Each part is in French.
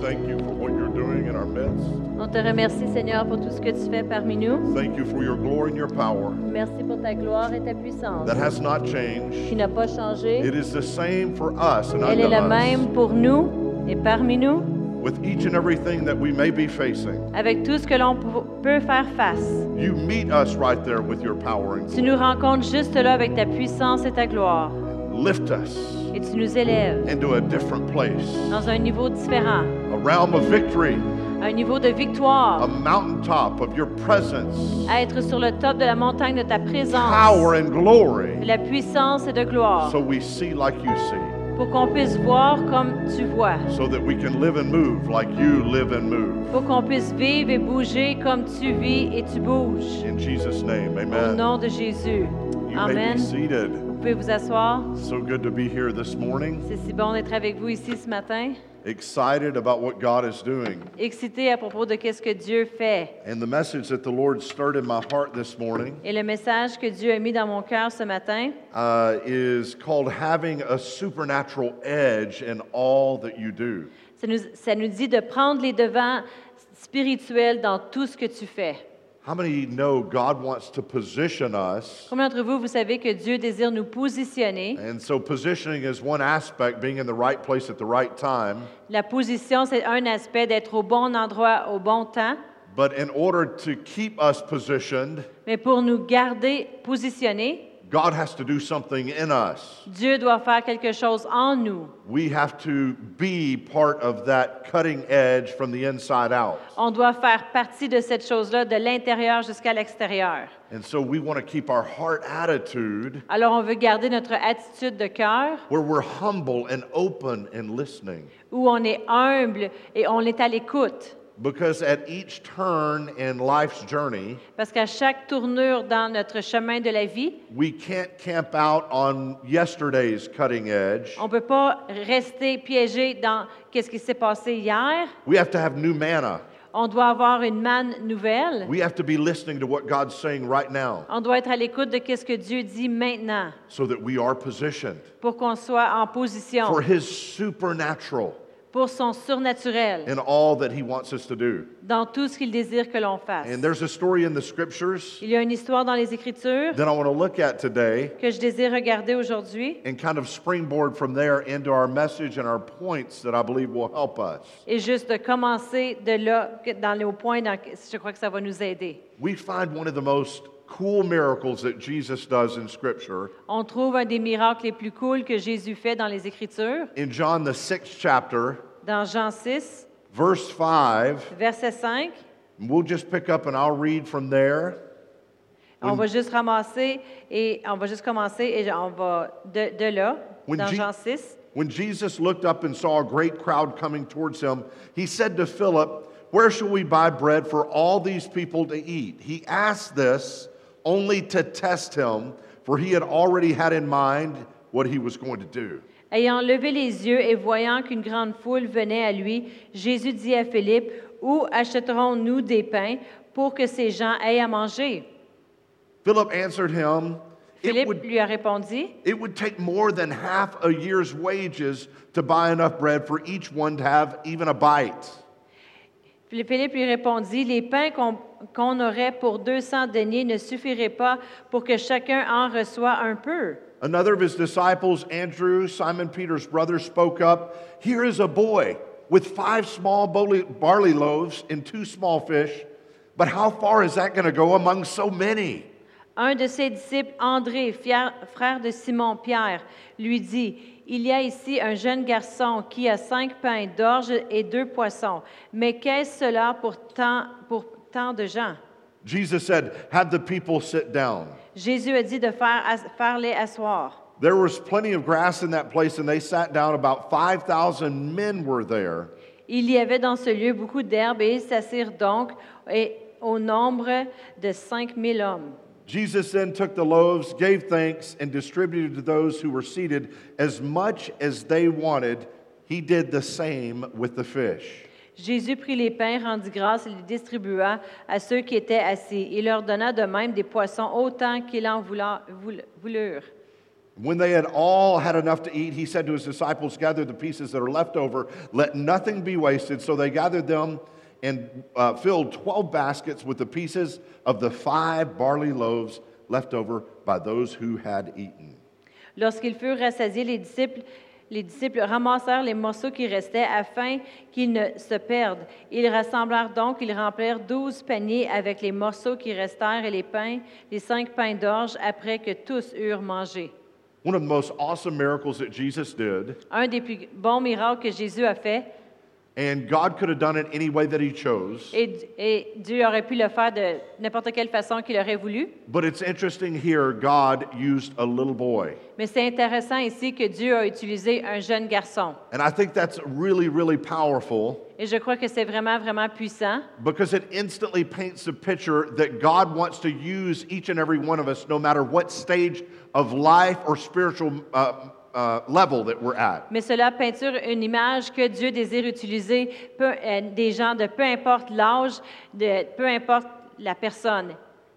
thank you for what you're doing in our midst. On te remercie, Seigneur, pour tout ce que tu fais parmi nous. Thank you for your glory and your power Merci pour ta gloire et ta puissance that has not qui changed. n'a pas changé. It is the same for us and Elle est unto la us même pour nous et parmi nous, with each and everything that we may be facing. avec tout ce que l'on pou- peut faire face. You meet us right there with your power and Tu nous rencontres juste là avec ta puissance et ta gloire lift us et tu nous élèves into a different place, dans un niveau différent, a realm of victory, un niveau de a victoire, mountaintop of your presence, à être sur le top de la montagne de ta présence, power and glory, de la puissance et de gloire, so we see like you see, pour qu'on puisse voir comme tu vois, so that we can live and move like you live and move. pour qu'on puisse vivre et bouger comme tu vis et tu bouges. In Jesus' name, Au amen. nom de Jésus. You may Amen. be seated. Vous pouvez vous asseoir. So good to be here this morning. C'est si bon d'être avec vous ici ce matin. Excited about what God is doing. Excité à propos de qu'est-ce que Dieu fait. And the message that the Lord stirred in my heart this morning Et le message que Dieu a mis dans mon cœur ce matin, uh, is called Having a Supernatural Edge in All That You Do. ça nous, ça nous dit de prendre les devants spirituels dans tout ce que tu fais. How many know God wants to position us? Combien d'entre vous, vous savez que Dieu désire nous positionner? And so, positioning is one aspect, being in the right place at the right time. La position, c'est un aspect d'être au bon endroit au bon temps. But in order to keep us positioned, Mais pour nous garder positionnés, God has to do something in us. Dieu doit faire quelque chose en nous. We have to be part of that cutting edge from the inside out. On doit faire partie de cette chose-là de l'intérieur jusqu'à l'extérieur. And so we want to keep our heart attitude Alors, on veut garder notre attitude de cœur where we're humble and open and listening. où on est humble et on est à l'écoute. Because at each turn in life's journey, Parce qu'à chaque tournure dans notre chemin de la vie, we can't camp out on yesterday's cutting edge. on ne peut pas rester piégé dans qu'est-ce qui s'est passé hier. We have to have new manna. On doit avoir une manne nouvelle. We have to be listening to what God's saying right now On doit être à l'écoute de qu'est-ce que Dieu dit maintenant so that we are positioned pour qu'on soit en position for His supernatural pour son surnaturel in all that He wants us to do. dans tout ce qu'il désire que l'on fasse. And there's a story in the scriptures Il y a une histoire dans les Écritures that I want to look at today que je désire regarder aujourd'hui and kind of springboard from there into our message and our points that I believe will help us. et juste de commencer de là, que- dans les hauts points, dans- je crois que ça va nous aider. We find one of the most cool miracles that Jesus does in Scripture On trouve un des miracles les plus cools que Jésus fait dans les Écritures, in John, the sixth chapter, dans Jean 6, verse 5. verset 5. And We'll just pick up and I'll read from there. On va juste ramasser et on va juste commencer et on va de, de là, When dans Je- Jean 6. When Jesus looked up and saw a great crowd coming towards him, he said to Philip, Where shall we buy bread for all these people to eat? He asked this only to test him, for he had already had in mind what he was going to do. Ayant levé les yeux et voyant qu'une grande foule venait à lui, Jésus dit à Philippe, Où achèterons-nous des pains pour que ces gens aient à manger? Philip answered him, It Philippe would, lui a répondu, it would take more than half a year's wages to buy enough bread for each one to have even a bite. Puis Philippe lui répondit, Les pains qu'on qu'on aurait pour 200 deniers ne suffiraient pas pour que chacun en reçoive un peu. Another of his disciples, Andrew, Simon Peter's brother, spoke up Here is a boy with five small boli- barley loaves and two small fish, but how far is that going to go among so many? Un de ses disciples, André, fier- frère de Simon Pierre, lui dit, Il y a ici un jeune garçon qui a cinq pains d'orge et deux poissons, mais qu'est-ce cela pour tant, pour tant de gens? Jesus said, Have the people sit down. Jésus a dit de faire, as- faire les asseoir. There was plenty of grass in that place, and they sat down. About 5,000 men were there. Il y avait dans ce lieu beaucoup d'herbes et ils s'assirent donc et- au nombre de cinq mille hommes. Jesus then took the loaves, gave thanks, and distributed to those who were seated as much as they wanted. He did the same with the fish. Jésus prit les pains, rendit grâce et les distribua à ceux qui étaient assis. Il leur donna de même des poissons autant qu'ils en voula- voul- voulurent. When they had all had enough to eat, he said to his disciples, Gather the pieces that are left over, let nothing be wasted. So they gathered them and uh, filled 12 baskets with the pieces of the five barley loaves left over by those who had eaten. Lorsqu'ils furent rassasiés, les disciples, les disciples ramassèrent les morceaux qui restaient afin qu'ils ne se perdent. Ils rassemblèrent donc, ils remplirent douze paniers avec les morceaux qui restèrent et les pains, les cinq pains d'orge, après que tous eurent mangé. One of the most awesome miracles that Jesus did, Un des plus bons miracles que Jésus a fait, and God could have done it any way that he chose, et, et Dieu aurait pu le faire de n'importe quelle façon qu'il aurait voulu, but it's interesting here, God used a little boy. mais c'est intéressant ici que Dieu a utilisé un jeune garçon. And I think that's really, really powerful Et je crois que c'est vraiment, vraiment puissant because it instantly paints the picture that God wants to use each and every one of us, no matter what stage of life or spiritual uh, uh, level that we're at. Mais cela peinture une image que Dieu désire utiliser peu- euh, des gens de peu importe l'âge, de peu importe la personne,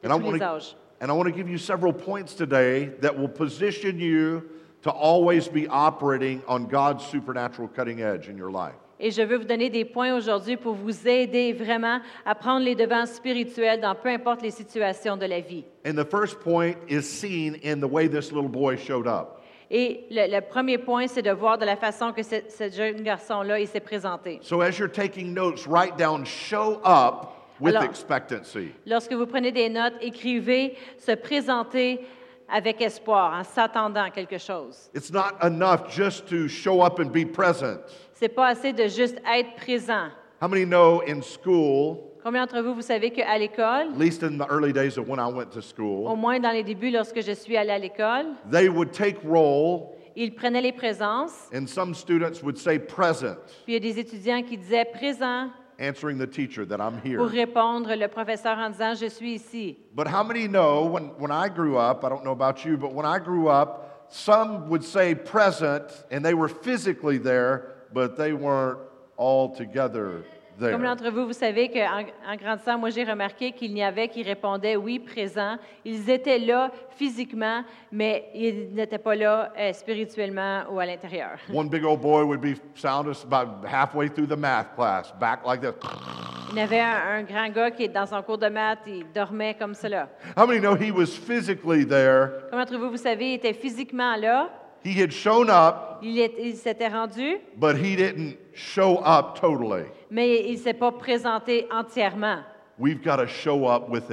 de And I tous les wanna- âges. and I want to give you several points today that will position you to always be operating on God's supernatural cutting edge in your life. Et je veux vous donner des points aujourd'hui pour vous aider vraiment à prendre les devants spirituels dans peu importe les situations de la vie. And the first point is seen in the way this little boy showed up. Et le, le premier point, c'est de voir de la façon que ce, ce jeune garçon-là il s'est présenté. So as you're taking notes, write down show up with Alors- expectancy. Lorsque vous prenez des notes, écrivez se présenter avec espoir, en s'attendant à quelque chose. It's not enough just to show up and be present. C'est pas assez de juste être présent. How many know in school, Combien d'entre vous, vous savez qu'à l'école, at least in the early days of when I went to au school, moins dans les débuts, lorsque je suis allée à l'école, they would take roll ils prenaient les présences, and some students would say present, puis il y a des étudiants qui disaient présent answering the teacher that I'm pour here. répondre le professeur en disant je suis ici. But how many know when, when I grew up, I don't know about you, but when I grew up, some would say present and they were physically there, but they weren't all together Comme there. d'entre vous, vous savez qu'en en grandissant, moi j'ai remarqué qu'il n'y avait qui répondaient oui, présent. Ils étaient là physiquement, mais ils n'étaient pas là euh, spirituellement ou à l'intérieur. One big old boy would be sound us about halfway through the math class, back like this. Il y avait un, un grand gars qui, dans son cours de maths, il dormait comme cela. How many know he was physically there? Comme d'entre vous, vous savez, il était physiquement là, He had shown up, il est- il s'était rendu, but he didn't show up totally. mais il ne s'est pas présenté entièrement. We've got to show up with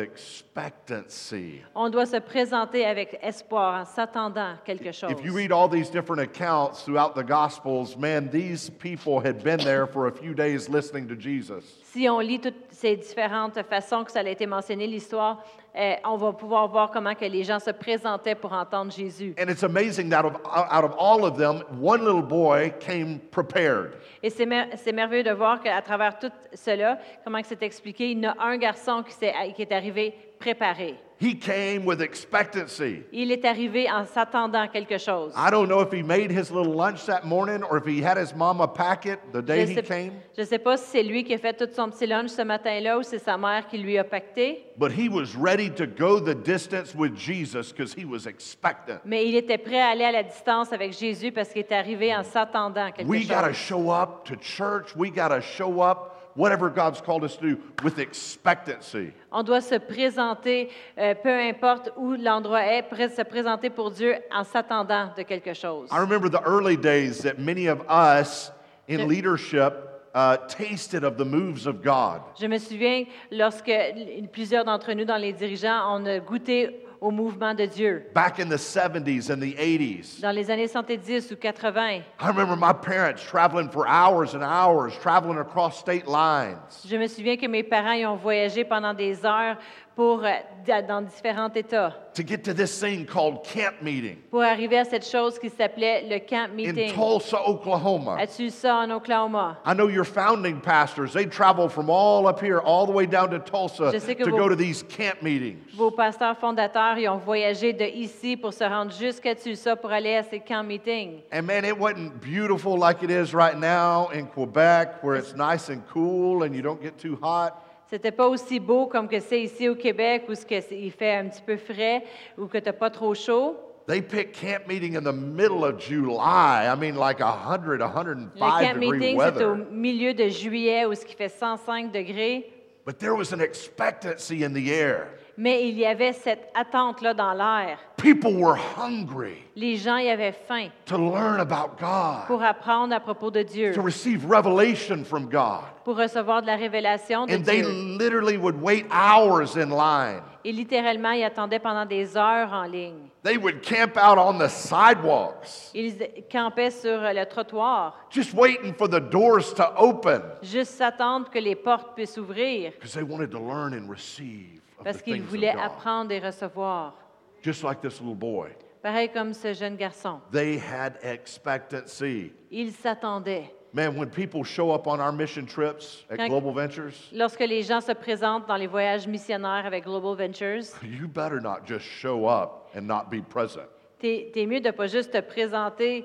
expectancy. On doit se présenter avec espoir en s'attendant à quelque chose. If you read all these different accounts throughout the Gospels, man, these people had been there for a few days listening to Jesus. Si on lit toutes ces différentes façons que ça a été mentionné, l'histoire, euh, on va pouvoir voir comment que les gens se présentaient pour entendre Jésus. And it's amazing that out of, out of all of them, one little boy came prepared. Et c'est mer- c'est merveilleux de voir qu'à travers tout cela, comment que c'est expliqué, il y en a un garçon qui, s'est- euh, qui est arrivé préparé. He came with expectancy. Il est arrivé en s'attendant à quelque chose. I don't know if he made his little lunch that morning or if he had his mama pack it the Je day he sais- came, je ne sais pas si c'est lui qui a fait tout son petit lunch ce matin-là ou c'est sa mère qui lui a pacté, but he was ready to go the distance with Jesus because he was expectant. mais il était prêt à aller à la distance avec Jésus parce qu'il est arrivé en s'attendant à quelque We got to chose. show up to church. We got to show up, whatever God's called us to do, with expectancy. On doit se présenter, euh, peu importe où l'endroit est, pré- se présenter pour Dieu en s'attendant de quelque chose. I remember the early days that many of us in leadership uh, tasted of the moves of God. Je me souviens lorsque l- plusieurs d'entre nous dans les dirigeants, on a goûté au mouvement de Dieu Back in the 70s and the 80s, dans les années 70 ou 80. I remember my parents traveling for hours and hours, traveling across state lines. Je me souviens que mes parents y ont voyagé pendant des heures pour, euh, d- dans différents États to get to this thing called camp meeting pour arriver à cette chose qui s'appelait le camp in meeting Tulsa, Oklahoma. à Tulsa, en Oklahoma. I know your founding pastors, they travel from all up here, all the way down to Tulsa Je sais que to vos- go to these camp meetings. Vos pasteurs fondateurs y ont voyagé de ici pour se rendre jusqu'à Tulsa pour aller à ces camp meetings. And man, it wasn't beautiful like it is right now in Quebec, where it's nice and cool and you don't get too hot. C'était pas aussi beau comme que c'est ici au Québec où ce que c'est- il fait un petit peu frais ou que t'as pas trop chaud. They picked camp meeting in the middle of July. I mean, like 100, Le 105 camp degree meeting, c'est au weather. milieu de juillet où ce qui fait 105 degrés. But there was an expectancy in the air. Mais il y avait cette attente-là dans l'air. People were hungry Les gens y avaient faim to learn about God, pour apprendre à propos de Dieu, to receive revelation from God. pour recevoir de la révélation de And they Dieu. literally would wait hours in line. Et littéralement, ils attendaient pendant des heures en ligne. They would camp out on the sidewalks, Ils campaient sur le trottoir, just waiting for the doors to open juste s'attendre que les portes puissent ouvrir, because they wanted to learn and receive. Of the parce qu'ils things of voulaient God. apprendre et recevoir. Just like this little boy, Pareil comme ce jeune garçon. they had expectancy. Ils s'attendaient. Man, when people show up on our mission trips at Quand- Global Ventures, Lorsque les gens se présentent dans les voyages missionnaires avec Global Ventures, you better not just show up and not be present t'es t'es mieux de pas juste te présenter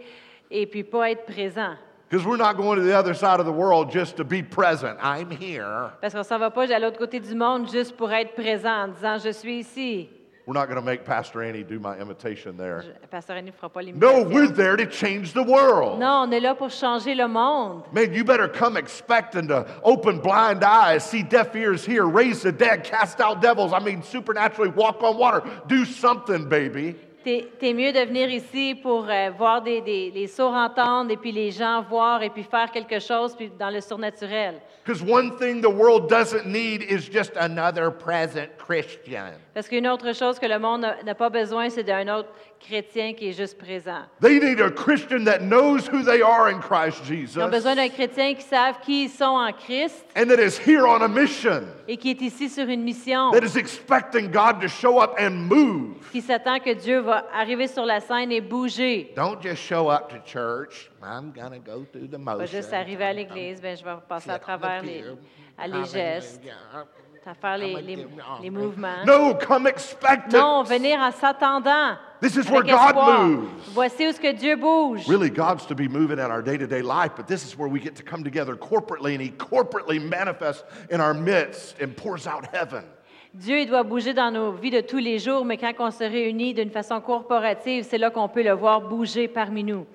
et puis pas être présent. because we're not going to the other side of the world just to be present. I'm here. Parce qu'on s'en va pas à l'autre côté du monde juste pour être présent en disant je suis ici. We're not going to make Pastor Annie do my imitation there. Je- Pasteur Annie ne fera pas No, l'imitation. we're there to change the world. Non, on est là pour changer le monde. Man, you better come expecting to open blind eyes, see deaf ears hear, raise the dead, cast out devils. I mean, supernaturally walk on water. Do something, baby. T'es t'es mieux de venir ici pour euh, voir des, des- les sourds entendre et puis les gens voir et puis faire quelque chose puis dans le surnaturel. Because one thing the world doesn't need is just another present Christian. Parce qu'une autre chose que le monde n'a- n'a pas besoin, c'est d'un autre chrétien qui est juste présent. They need a Christian that knows who they are in Christ Jesus Ils ont besoin d'un chrétien qui savent qui ils sont en Christ and that is here on a mission, et qui est ici sur une mission, that is expecting God to show up and move. qui s'attend que Dieu va arriver sur la scène et bouger. Don't just show up to church. I'm going to go through the Pas motions. juste arriver à I'm- l'église, ben, je vais passer passer à travers les, à les gestes, à faire les, les, les mouvements. No, come expectant. Non, venir en s'attendant. This is avec where God espoir. moves. Voici où ce que Dieu bouge. Really, God's to be moving in our day to day life, but this is where we get to come together corporately, and He corporately manifests in our midst and pours out heaven. Dieu il doit bouger dans nos vies de tous les jours, mais quand on se réunit d'une façon corporative, c'est là qu'on peut le voir bouger parmi nous.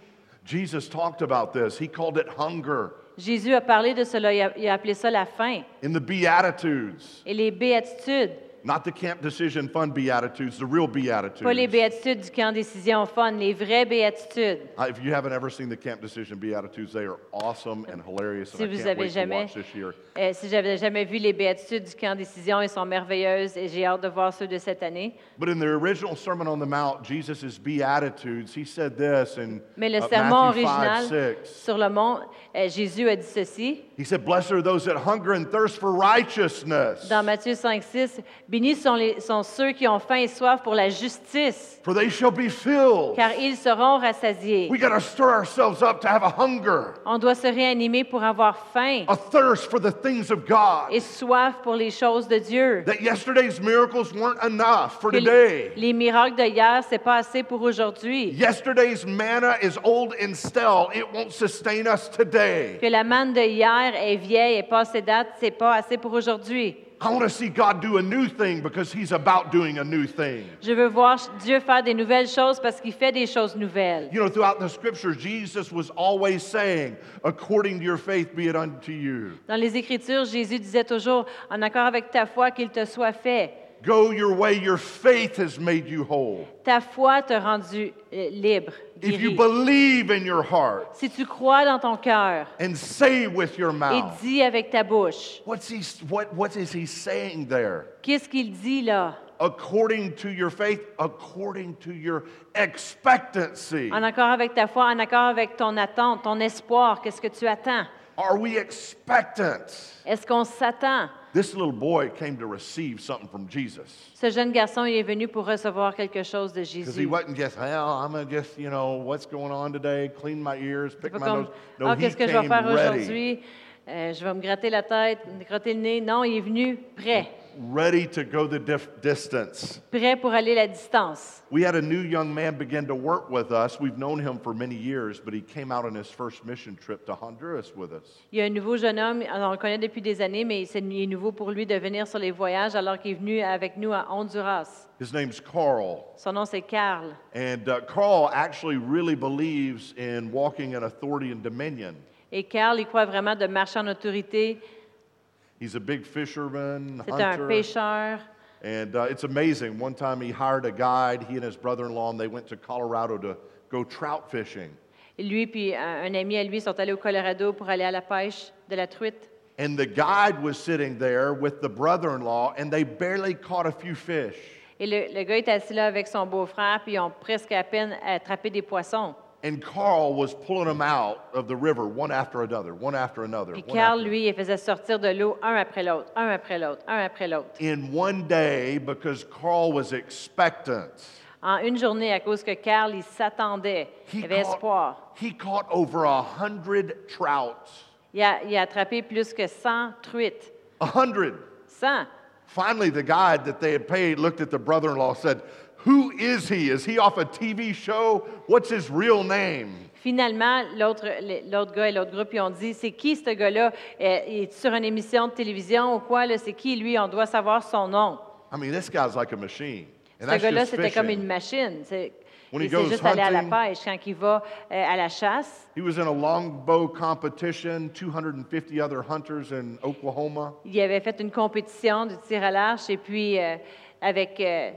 Jesus talked about this. He called it hunger Jésus a parlé de cela, il a, il a appelé ça la faim in the Beatitudes, et les béatitudes, not the Camp Decision Fund Beatitudes, the real Beatitudes. pas les béatitudes du camp décision fun, les vraies béatitudes. Uh, If you haven't ever seen the Camp Decision Beatitudes, they are awesome and hilarious. Si and I vous can't avez wait to jamais, watch this year. euh, si j'avais jamais vu les béatitudes du camp décision, elles sont merveilleuses et j'ai hâte de voir ceux de cette année. But in the original Sermon on the Mount, Jesus' Beatitudes, he said this in Mais le uh, sermon Matthew 5, original 6. sur le mont, euh, Jésus a dit ceci He said, Blessed are those that hunger and thirst for righteousness, dans Matthieu 5, 6. Bénis sont, les- sont ceux qui ont faim et soif pour la justice, for they shall be filled. car ils seront rassasiés. We got to stir ourselves up to have a hunger, On doit se réanimer pour avoir faim a thirst for the things of God. et soif pour les choses de Dieu. That yesterday's miracles weren't enough for Que l- today. les miracles de hier, c'est pas assez pour aujourd'hui. Yesterday's manna is old and stale. It won't sustain us today. Que la manne de hier est vieille et passée date, c'est pas assez pour aujourd'hui. I want to see God do a new thing because He's about doing a new thing. Je veux voir Dieu faire des nouvelles choses parce qu'il fait des choses nouvelles. You know, throughout the scriptures, Jesus was always saying, according to your faith be it unto you. Dans les Écritures, Jésus disait toujours, en accord avec ta foi, qu'il te soit fait. Go your way, your faith has made you whole. Ta foi t'a rendu euh, libre, If you guéri. believe in your heart Si tu crois dans ton cœur and say with your et mouth, dis avec ta bouche, what's he, what, what is he saying there? qu'est-ce qu'il dit là? According to your faith, according to your expectancy. En accord avec ta foi, en accord avec ton attente, ton espoir, qu'est-ce que tu attends? Are we expectant? Est-ce qu'on s'attend? This little boy came to receive something from Jesus. Ce jeune garçon, il est venu pour recevoir quelque chose de Because he Jésus. wasn't just, well, I'm gonna just, you know, what's going on today? Clean my ears, pick Pas my comme, nose. ah, he qu'est-ce que je vais came faire ready. aujourd'hui? Euh, je vais me gratter la tête, me gratter le nez. Non, il est venu prêt, ready to go the dif- distance. prêt pour aller la distance. We had a new young man begin to work with us. We've known him for many years, but he came out on his first mission trip to Honduras with us. Il y a un nouveau jeune homme, alors, on le connaît depuis des années, mais c'est il est nouveau pour lui de venir sur les voyages alors qu'il est venu avec nous à Honduras. His name's Carl. Son nom, c'est Carl. And uh, Carl actually really believes in walking in authority and dominion. Et Carl, il croit vraiment de marcher en autorité. He's a big fisherman, C'est un hunter. pêcheur. And uh, it's amazing. One time he hired a guide, he and his brother in law, and they went to Colorado to go trout fishing. Et Lui puis un, un ami à lui sont allés au Colorado pour aller à la pêche de la truite. And the guide was sitting there with the brother in law, and they barely caught a few fish. Et le, le gars est assis là avec son beau-frère, puis ils ont presque à peine attrapé des poissons. And Carl was pulling them out of the river one after another, one after another. Puis one Carl, after- lui, il faisait sortir de l'eau un après l'autre, un après l'autre, un après l'autre. In one day, because Carl was expectant, En une journée, à cause que Carl, il s'attendait, il he avait espoir. caught, he caught over a hundred trout. Il a, il a attrapé plus que 100 truites. A hundred. 100. Finally, the guide that they had paid looked at the brother in law said, Who is he? Is he off a TV show? What's his real name? Finalement, l'autre le- l'autre gars et l'autre groupe, ils ont dit, c'est qui ce gars-là? Euh, Il est sur une émission de télévision ou quoi? là? C'est qui lui? On doit savoir son nom. I mean, this guy's like a machine. And Ce that's gars-là, just c'était comme une fishing. machine. C'est When il he sait goes juste aller à la hunting- pêche. Quand il va euh, à la chasse, He was in a longbow competition, 250 other hunters in Oklahoma. il avait fait une compétition de tir à l'arche et puis euh, avec, euh,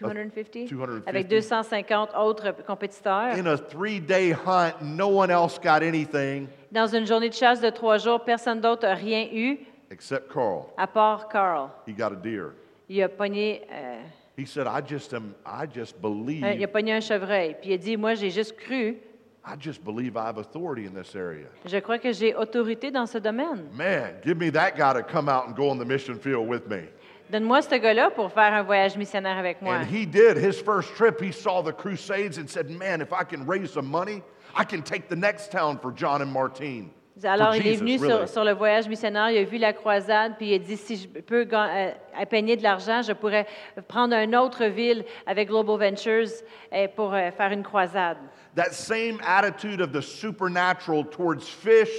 250, 250. avec 250 autres compétiteurs. In a three day hunt, no one else got anything Dans une journée de chasse de trois jours, personne d'autre n'a rien eu, except Carl. à part Carl. He got a deer. Il a pogné, euh, He said, I just am, I just un, il a believe, pogné un chevreuil. Puis il a dit, moi, j'ai juste cru. I just believe I have authority in this area. Je crois que j'ai autorité dans ce domaine. Man, give me that guy to come out and go on the mission field with me. Donne-moi ce gars-là pour faire un voyage missionnaire avec moi. And he did. His first trip, he saw the Crusades and said, Man, if I can raise some money, I can take the next town for John and Martine. For Alors, il est Jesus, venu really. sur, sur le voyage missionnaire, il a vu la croisade, puis il a dit, si je peux gan- euh, peigner de l'argent, je pourrais prendre une autre ville avec Global Ventures euh, pour euh, faire une croisade. That same attitude of the supernatural towards fish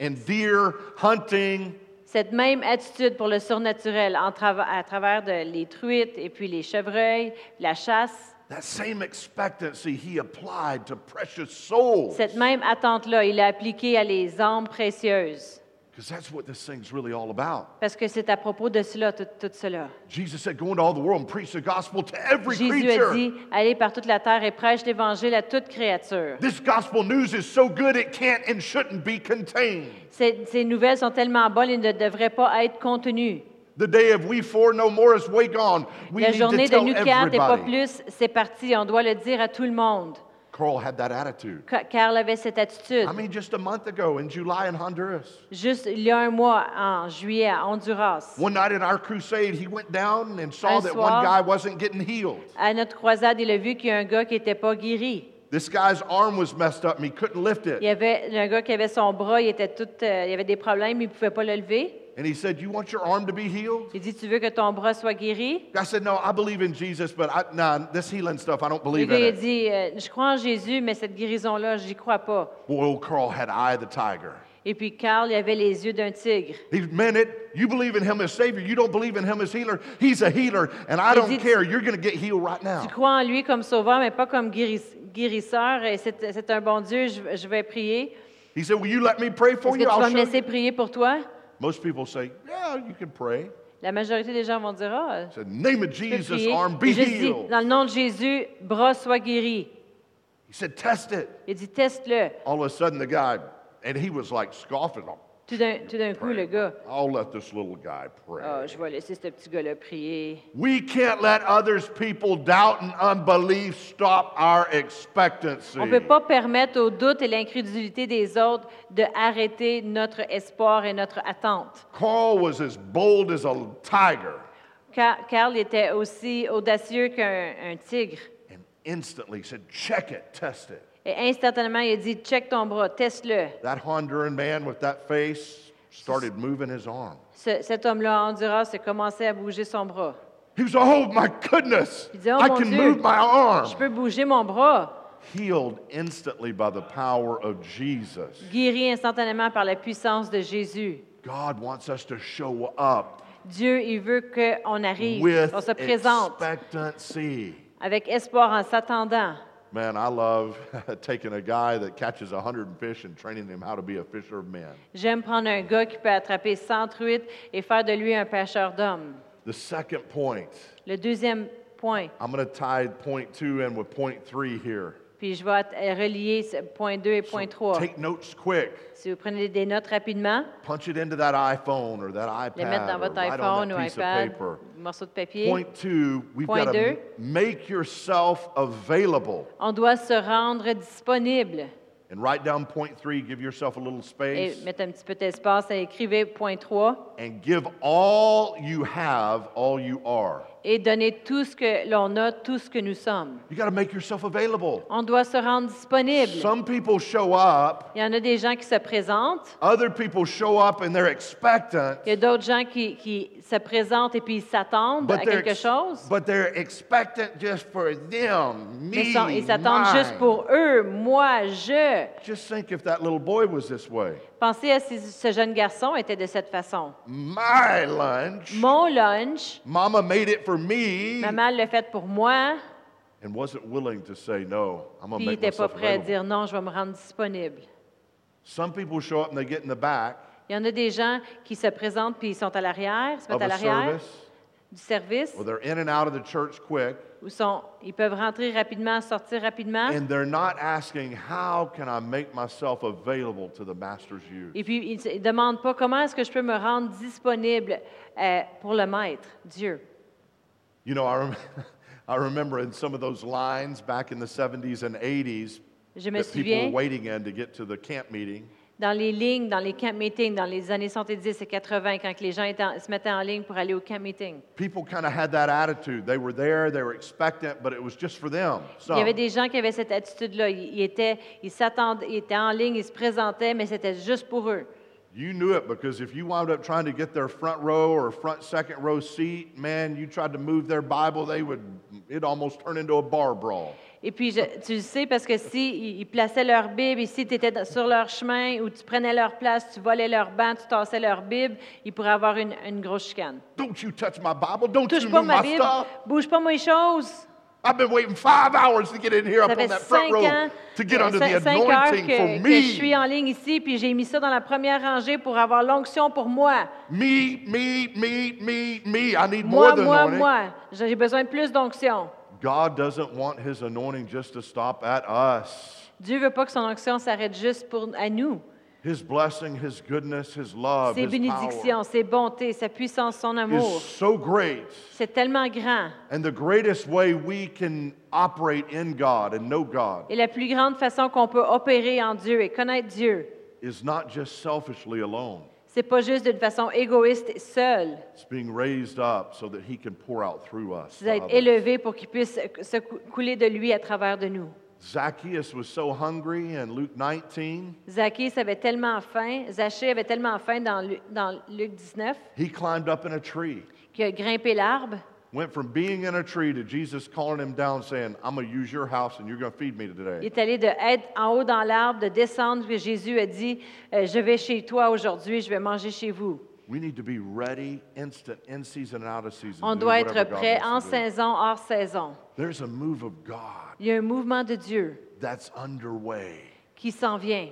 and deer, hunting, Cette même attitude pour le surnaturel en trava- à travers de- les truites et puis les chevreuils, la chasse, that same expectancy he applied to precious souls. cette même attente-là, il l'a appliquée à les âmes précieuses. Because that's what this thing's really all about. Parce que c'est à propos de cela, tout, tout cela. Jesus said, Go into all the world and preach the gospel to every Jésus a creature. dit, allez par toute la terre et prêche l'évangile à toute créature. This gospel news is so good it can't and shouldn't be contained. Ces, ces nouvelles sont tellement bonnes, elles ne devraient pas être contenues. The day of we four no more is way gone. We La need journée to de tell nous quatre et pas everybody. plus, c'est parti. On doit le dire à tout le monde. Carl had that attitude. Ca- Carl avait cette attitude. I mean, just a month ago in July in Honduras, Juste il y a un mois, en juillet, à Honduras, one night in our crusade, he went down and saw Un that soir- one guy wasn't getting healed. à notre croisade, il a vu qu'il y a un gars qui n'était pas guéri. This guy's arm was messed up and he couldn't lift Il y it. avait un gars qui avait son bras, il, était tout, euh, il avait des problèmes, il ne pouvait pas le lever. And he said, You want your arm to be healed? Il dit, tu veux que ton bras soit guéri? I said, No, I believe in Jesus, but I, nah, this healing stuff, I don't Le believe gars in il a it. dit, euh, je crois en Jésus, mais cette guérison-là, j'y crois pas. Boy, old Carl had eye of the tiger. Et puis Carl, il avait les yeux d'un tigre. He meant it. You believe in him as Savior. You don't believe in him as healer. He's a healer, and I Il don't dit- care. You're going to get healed right now. Tu crois en lui comme sauveur, mais pas comme guéris- guérisseur. Et c'est c'est un bon Dieu, je, je vais prier. He said, Will you let me pray Est-ce for que you? tu I'll vas me show you. laisser prier pour toi? Most people say, Yeah, you can pray. La majorité des gens vont dire, ah, I said, Name of je peux Jesus, prier. arm Et be je dis, healed. dans le nom de Jésus, bras sois guéri. He said, Test it. Il dit, teste-le. All of a sudden, the guy, and he was like scoffing. "Oh, Tout d'un tout d'un coup, le gars, I'll let this little guy Ah, pray. je vais laisser ce petit gars-là prier. We can't let others people doubt and unbelief stop our expectancy. On ne peut pas permettre au doute et l'incrédulité des autres de arrêter notre espoir et notre attente. Carl was as bold as a tiger. Car- Carl était aussi audacieux qu'un un tigre. And instantly he said, check it, test it. Et instantanément, il a dit, check ton bras, teste-le. That Honduran man with that face, started moving his arm. Ce- cet homme-là, Honduras, a commencé à bouger son bras. He was, oh my goodness, Il dit, Oh, I mon can Dieu. move my arm. Je peux bouger mon bras. Healed instantly by the power of Jesus. Guéri instantanément par la puissance de Jésus. God wants us to show up Dieu, il veut qu'on arrive, with on se présente expectancy. avec espoir en s'attendant. Man, I love taking a guy that catches 100 fish and training him how to be a fisher of men. J'aime prendre un gars qui peut attraper 100 truites et faire de lui un pêcheur d'hommes. The second point, Le deuxième point, I'm going to tie point two in with point three here. puis je vais at- relier ce point 2 et point 3. Take notes quick. Si vous prenez des notes rapidement, Punch it into that iPhone or that iPad. les mettre dans or votre write on iPhone that ou piece of iPad, paper. morceau de papier. Point two, we've Point got to deux. make yourself available. On doit se rendre disponible. And write down point three, give yourself a little Et space, mettre un petit peu d'espace et écrivez point 3 and give all you have, all you are. et donnez tout ce que l'on a, tout ce que nous sommes. You got to make yourself available. On doit se rendre disponible. Some people show up, Il y en a des gens qui se présentent. other people show up and they're expectant, Il y a d'autres gens qui, qui se présentent et puis ils s'attendent à but they're, quelque ex- chose. but they're expectant just for them, me, Mais ils sont- ils s'attendent juste mine. pour eux, moi, je. Just think if that little boy was this way. Pensez à si ce jeune garçon était de cette façon. My lunch. Mon lunch, Mama made it for me maman l'a fait pour moi, and wasn't willing to say no. I'm puis gonna il make n'était pas myself prêt à available. dire non, je vais me rendre disponible. Some people show up and they get in the back Il y en a des gens qui se présentent puis ils sont à l'arrière, se of mettent à a l'arrière Ah, ben, service, du service, or they're in and out of the church quick, où sont, ils peuvent rentrer rapidement, sortir rapidement, and they're not asking how can I make myself available to the master's use. et puis ils ne demandent pas comment est-ce que je peux me rendre disponible euh, pour le maître, Dieu. You know, I, rem- I remember in some of those lines back in the 70s and 80s Je me that people were souviens, waiting in to get to the camp meeting. dans les lignes, dans les camp meetings, dans les années 70 et 80, quand les gens étaient en- se mettaient en ligne pour aller au camp meeting. People kind of had that attitude. They were there, they were expectant, but it was just for them. Il y So avait des gens qui avaient cette attitude-là. Ils, ils étaient, ils s'attendaient, ils étaient en ligne, ils se présentaient, mais c'était juste pour eux. you knew it because if you wound up trying to get their front row or front second row seat, man, you tried to move their Bible, they would it almost turned into a bar brawl. Et puis, je- tu le sais, parce que si ils- ils plaçaient leur Bible, et si tu étais sur leur chemin ou tu prenais leur place, tu volais leur banc, tu tassais leur Bible, ils pourraient avoir une, une grosse chicane. Don't you touch my Bible. Don't you Touche pas move my ma Bible, stuff. bouge pas mes choses. I've been waiting five hours to get in here up Ça on fait that cinq front ans, row to get under the cin- cinq heures anointing que, for que je suis me. en ligne ici, puis j'ai mis ça dans la première rangée pour avoir l'onction pour moi. Me, me, me, me, me. I need more Moi, than moi, anointing. moi. J'ai besoin de plus d'onction. God doesn't want his anointing just to stop at us. Dieu veut pas que son onction s'arrête juste pour, à nous. His blessing, his goodness, his love, Ses Ah, his bénédictions, power ses bontés, sa puissance, son amour, is so great. c'est tellement grand. And the greatest way we can operate in God and know God Et la plus grande façon qu'on peut opérer en Dieu et connaître Dieu, is not just selfishly alone. c'est pas juste d'une façon égoïste et seule. It's being raised up so that he can pour out through us. C'est to d'être others. élevé pour qu'il puisse se cou- couler de lui à travers de nous. Zacchaeus was so hungry in Luke 19, Zacchée avait tellement faim, Zachée avait tellement faim dans, Lu- dans Luc 19 he climbed up in a tree. qu'il a grimpé l'arbre. Went from being in a tree to Jesus calling him down saying, I'm going to use your house and you're going to feed me Il today. est allé de être en haut dans l'arbre, de descendre, puis Jésus a dit euh, Je vais chez toi aujourd'hui, je vais manger chez vous. We need to be ready instant, in season and out of season. On to do doit être whatever God prêt en wants to do. saison, hors saison. There's a move of God Il y a un mouvement de Dieu that's underway, qui s'en vient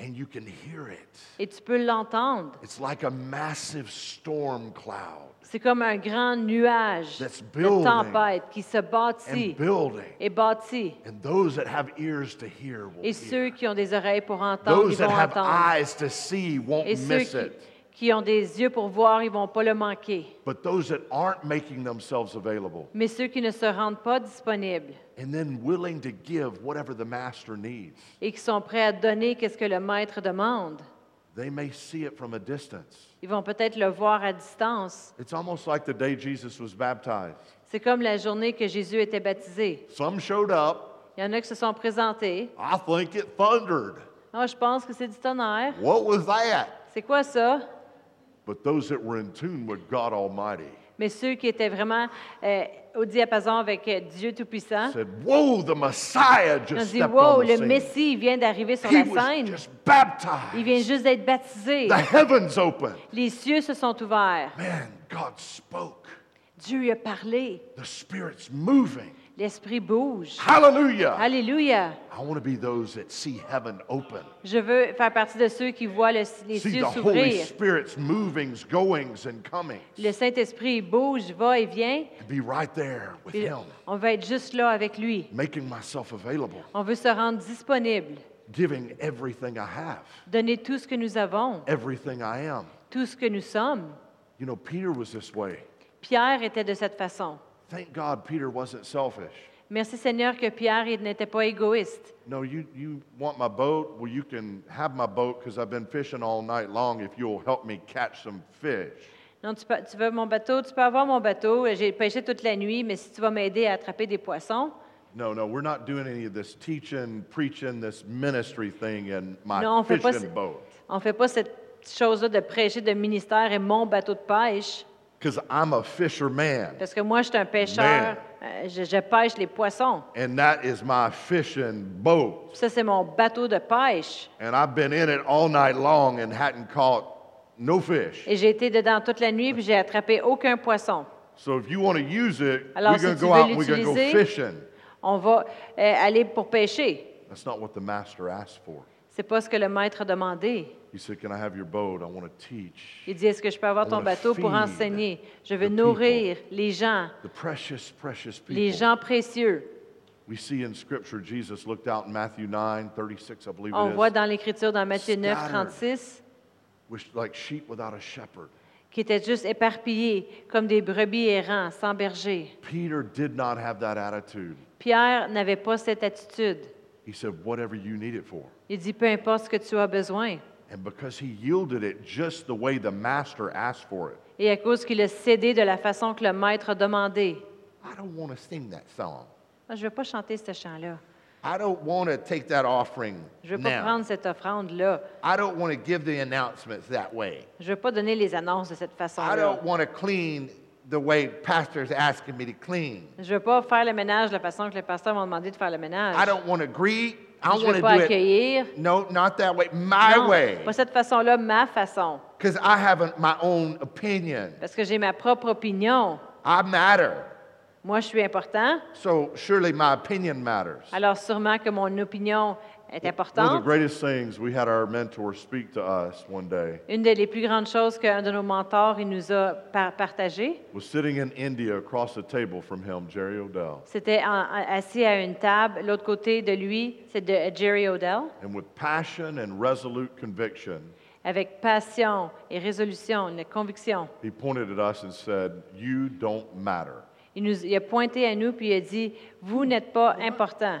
and you can hear it. et tu peux l'entendre. It's like a massive storm cloud C'est comme un grand nuage That's de building tempête qui se and bâtit building. et bâtit. And those that have ears to hear will Et ceux hear. qui ont des oreilles pour entendre, ils Those vont that have entendre. eyes to see won't Et ceux miss qui, it. qui ont des yeux pour voir, ils vont pas le manquer. But those that aren't making themselves available Mais ceux qui ne se rendent pas disponibles and then willing to give whatever the master needs, et qui sont prêts à donner qu'est-ce que le maître demande, they may see it from a distance. ils vont peut-être le voir à distance. It's almost like the day Jesus was baptized. C'est comme la journée que Jésus était baptisé. Some showed up. Il y en a qui se sont présentés. I think it thundered. Ah, je pense que c'est du tonnerre. What was that? C'est quoi ça? But those that were in tune with God Almighty Mais ceux qui étaient vraiment euh, au diapason avec euh, Dieu Tout-Puissant, Uh-huh. said, Whoa, the Messiah ils ont just dit stepped Wow, on le the scene. Messie vient d'arriver sur He la was scène. just baptized. Il vient juste d'être baptisé. The heavens opened. Les cieux se sont ouverts. Man, God spoke. Dieu lui a parlé. The Spirit's moving. L'esprit bouge. Hallelujah. Alléluia. I want to be those that see heaven open. Je veux faire partie de ceux qui voient le- les See cieux the Holy s'ouvrir. Spirit's movings, goings, and comings. Le Saint-Esprit bouge, va et vient. And be right there with Puis Him, on va être juste là avec lui. making myself available, On veut se rendre disponible, giving everything I have, donner tout ce que nous avons, everything I am. tout ce que nous sommes. You know, Peter was this way. Pierre était de cette façon. Thank God Peter wasn't selfish. Merci Seigneur que Pierre il n'était pas égoïste. No, you, you want my boat? Well, you can have my boat because I've been fishing all night long if you'll help me catch some fish. Non, tu, peux- tu veux mon bateau, tu peux avoir mon bateau. J'ai pêché toute la nuit, mais si tu vas m'aider à attraper des poissons. No, no, we're not doing any of this teaching, preaching, this ministry thing in my Non, on fait pas, ce- fishing boat. on fait pas cette chose-là de prêcher de ministère et mon bateau de pêche. Because I'm a fisherman, Parce que moi, je suis un pêcheur. Man. Euh, Je, je pêche les poissons. and that is my fishing boat. Ça, c'est mon bateau de pêche. And I've been in it all night long and hadn't caught no fish. Et j'ai été dedans toute la nuit, puis j'ai attrapé aucun poisson. So if you want to use it, Alors, we're si going to tu go veux out and we're going to go l'utiliser- fishing. On va euh, aller pour pêcher. That's not what the master asked for. C'est pas ce que le maître a demandé. He said, Can I have your boat? I want to teach. Il dit, est-ce que je peux avoir I ton wanna bateau pour feed enseigner? Je veux the nourrir les gens, The precious, precious people. les gens précieux. We see in Scripture, Jesus looked out in Matthew 9, 36, I believe On it is. voit dans l'Écriture, dans Matthieu 9, Scattered. 36, which like sheep without a shepherd. qui étaient juste éparpillés comme des brebis errants, sans berger. Peter did not have that attitude. Pierre n'avait pas cette attitude. He said, Whatever you need it for. Il dit, peu importe ce que tu as besoin. And because he yielded it just the way the master asked for it, Et à cause qu'il a cédé de la façon que le maître a demandé. I don't want to sing that song. Ah, Je ne veux pas chanter ce chant-là. I don't want to take that offering Je ne veux pas now. prendre cette offrande-là. I don't want to give the announcements that way. Je ne veux pas donner les annonces de cette I façon-là. don't want to clean the way pastor's asking me to clean. Je ne veux pas faire le ménage de la façon que les pasteurs m'ont demandé de faire le ménage. I don't want to greet. I je ne want veux to pas do it. accueillir. No, not that way. My Non, way. pas cette façon-là, ma façon. Because I have a- my own opinion. Parce que j'ai ma propre opinion. I matter. Moi, je suis important. So surely my opinion matters. Alors sûrement que mon opinion est One of the importante. greatest things, we had our mentor speak to us one day, Une des les plus grandes choses qu'un de nos mentors il nous a par- partagé, was sitting in India across the table from him, Jerry Odell. c'était en- en- assis à une table. L'autre côté de lui, c'est de Jerry Odell. And with passion and resolute conviction, Avec passion et résolution, une conviction. he pointed at us and said, You don't matter. Il, nous, il a pointé à nous puis il a dit Vous n'êtes pas important.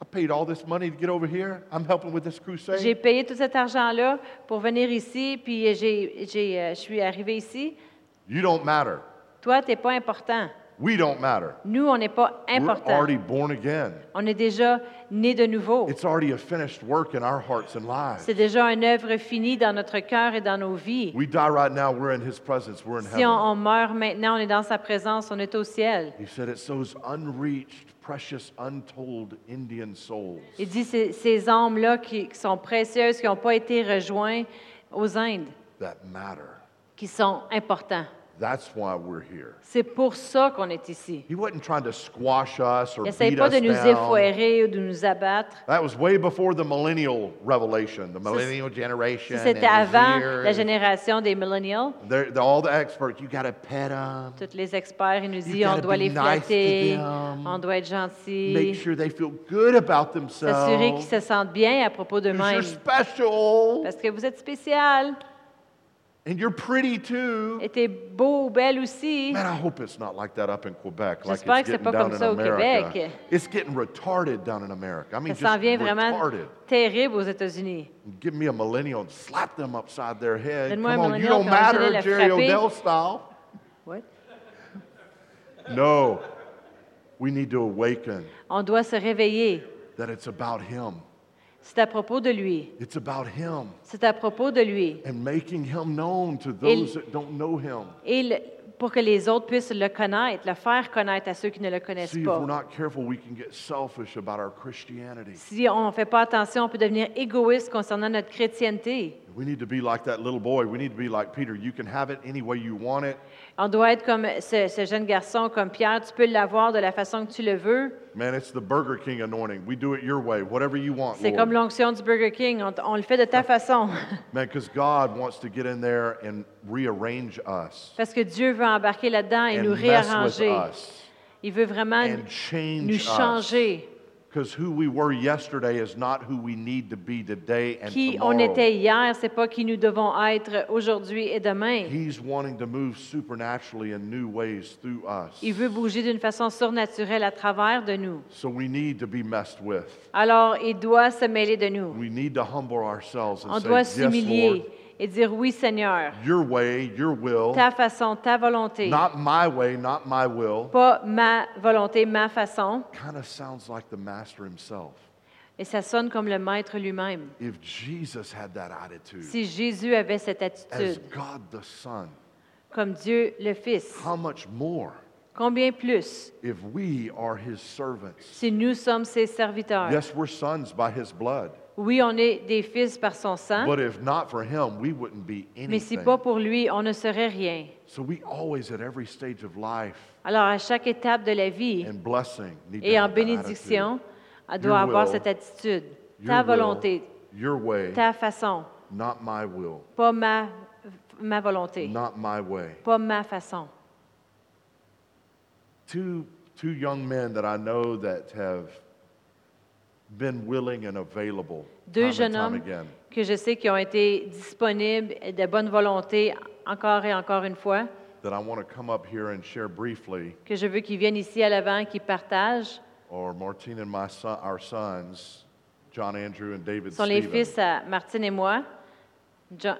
I paid all this money to get over here. I'm helping with this crusade. J'ai payé tout cet argent-là pour venir ici, puis j'ai, j'ai, euh, je suis arrivé ici. You don't matter. Toi, tu n'es pas important. We don't matter. Nous, on n'est pas We're important. already born again. On est déjà né de nouveau. It's already a finished work in our hearts and lives. C'est déjà une œuvre finie dans notre cœur et dans nos vies. We die right now, we're in his presence, we're in Si heaven. on, on meurt maintenant, on est dans sa présence, on est au ciel. He said it's those unreached, precious, untold Indian souls. Il dit ces, ces âmes-là qui, qui sont précieuses, qui n'ont pas été rejoints aux Indes, that matter. qui sont importants. That's why we're here. C'est pour ça qu'on est ici. He wasn't trying to squash us or N'essaye beat pas us de nous down. effoirer ou de nous abattre. That was way before the millennial revelation, the millennial generation. Si and c'était avant years. la génération des millennials, They're- they're all the experts, you got to pet them, tous les experts, ils nous You disent on gotta doit be les nice to flatter, them. on doit être make gentil, sure they feel good about s'assurer qu'ils themselves. se sentent bien à propos 'cause d'eux-mêmes. you're special Parce que vous êtes spécial and you're pretty too. et t'es beau ou belle aussi. Man, I hope it's not like that up in Quebec. Like J'espère it's que c'est getting pas down comme in ça au America. Québec. It's getting retarded down in America. I mean, Ça just s'en vient vraiment retarded. terrible aux États-unis. Give me a millennial and slap them upside their head. Donne-moi Come un on, you millennial, don't puis on va matter, aller le Jerry frapper. O'Dell style. What? No. We need to awaken On doit se réveiller that it's about him. C'est à propos de lui. It's about him C'est à propos de lui. and making him known to those that don't know him. Et le- pour que les autres puissent le connaître, le faire connaître à ceux qui ne le connaissent See, if we're pas. not careful, we can get selfish about our Christianity. Si on ne fait pas attention, on peut devenir égoïste concernant notre chrétienté. We need to be like that little boy. We need to be like Peter. You can have it any way you want it. On doit être comme ce, ce jeune garçon, comme Pierre. Tu peux l'avoir de la façon que tu le veux. Man, it's the Burger King anointing. We do it your way, whatever you want. C'est Lord. comme l'onction du Burger King. On, on le fait de Ah. ta façon. Man, because God wants to get in there and rearrange us Parce que Dieu veut embarquer là-dedans et nous and mess with réarranger. us Il veut vraiment and nous change us. changer. Because who we were yesterday is not who we need to be today and Qui on tomorrow. était hier, c'est pas qui nous devons être aujourd'hui et demain. He's wanting to move supernaturally in new ways through us. Il veut bouger d'une façon surnaturelle à travers de nous. So we need to be messed with. Alors, il doit se mêler de nous. We need to humble ourselves and On say, doit Yes, Lord, s'humilier et dire oui, Seigneur, your way, your will, ta façon, ta volonté. not my way, not my will. Pas ma volonté, ma façon. Kind of sounds like the master himself. Et ça sonne comme le maître lui-même. If Jesus had that attitude, Si Jésus avait cette as attitude, God the Son, comme Dieu le Fils, how much more combien plus if we are his servants? si nous sommes ses serviteurs? Yes, we're sons by his blood, Oui, on est des fils par son sang, but if not for him, we wouldn't be mais si anything. pas pour lui, on ne serait rien. So we always, at every stage of life Alors, à chaque étape de la vie and blessing, need to et en have that bénédiction, attitude. on doit Your avoir will. cette attitude. Your Ta will, volonté, your way, ta façon, not my will, pas ma, ma volonté, not my way. pas ma façon. two, two young men that I know that have been willing and available Deux time and jeunes time hommes again. que je sais qui ont été disponibles et de bonne volonté encore et encore une fois, That I want to come up here and share briefly, que je veux qu'ils viennent ici à l'avant, qu'ils partagent. or Martine and my son, our sons, John Andrew and David Ce sont les Stephen. fils à Martine et moi, John-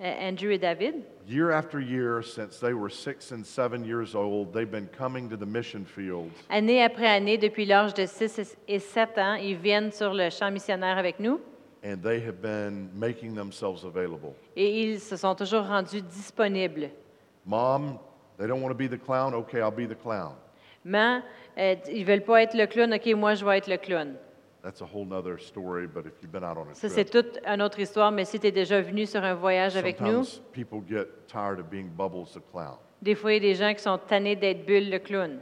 euh, Andrew et David. Year after year, since they were six and seven years old, they've been coming to the mission field Année après année, depuis l'âge de 6 et 7 ans, ils viennent sur le champ missionnaire avec nous and they have been making themselves available. et ils se sont toujours rendus disponibles. Mom, they don't want to be the clown. Okay, I'll be the clown. Mais euh, ils veulent pas être le clown, OK, moi je vais être le clown. That's a whole nother story, but if you've been out on a Ça, trip, c'est toute une autre histoire, mais si tu es déjà venu sur un voyage avec nous, Sometimes people get tired of being Bubbles the clown. des fois, il y a des gens qui sont tannés d'être Bulle le clown.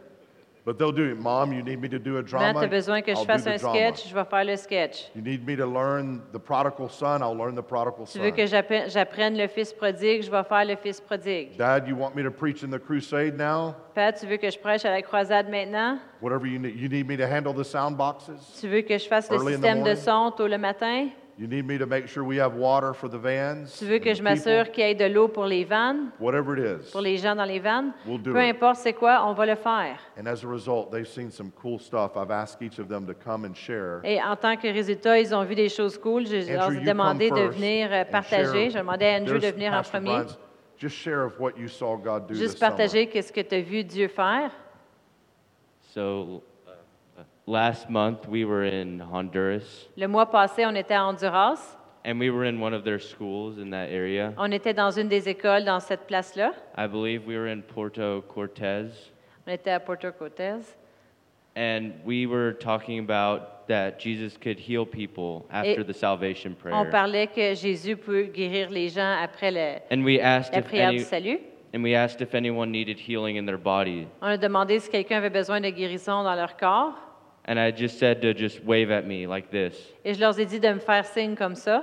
But they'll do it. Mom, you need me to do a Maintenant, drama? tu as besoin que je I'll do fasse the un drama. sketch, je vais faire le sketch. You need me to learn the prodigal son? I'll learn the prodigal son. Tu veux que j'appe- j'apprenne le fils prodigue, je vais faire le fils prodigue. Dad, you want me to preach in the crusade now? Père, tu veux que je prêche à la croisade maintenant? Whatever you need. You need me to handle the sound boxes? Tu veux que je fasse le Early in the système de morning. son tôt le matin? You need me to make sure we have water for the vans? Tu veux que and je the m'assure people? qu'il y ait de l'eau pour les vannes, Whatever it is. pour les gens dans les vannes? We'll do Peu it. importe c'est quoi, on va le faire. And as a result, they've seen some cool stuff. I've asked each of them to come and share. Et en tant que résultat, ils ont vu des choses cool. Je leur ai Andrew, you come demandé de first venir euh, and partager. share- J'ai demandé à Andrew de There's venir en Pastor premier. Brian's- Just share of what you saw God do Juste this summer. partager qu'est-ce que tu as vu Dieu faire. So uh, last month we were in Honduras Le mois passé, on était à Honduras. and we were in one of their schools in that area. On était dans une des écoles dans cette place-là. I believe we were in Puerto Cortez On était à Porto Cortez. and we were talking about that Jesus could heal people after the salvation On prayer. parlait que Jésus peut guérir les gens après le- And we asked la if prière du any, salut. and we asked if anyone needed healing in their body. On a demandé si quelqu'un avait besoin de guérison dans leur corps. And I just said to just wave at me like this Et je leur ai dit de me faire signe comme ça,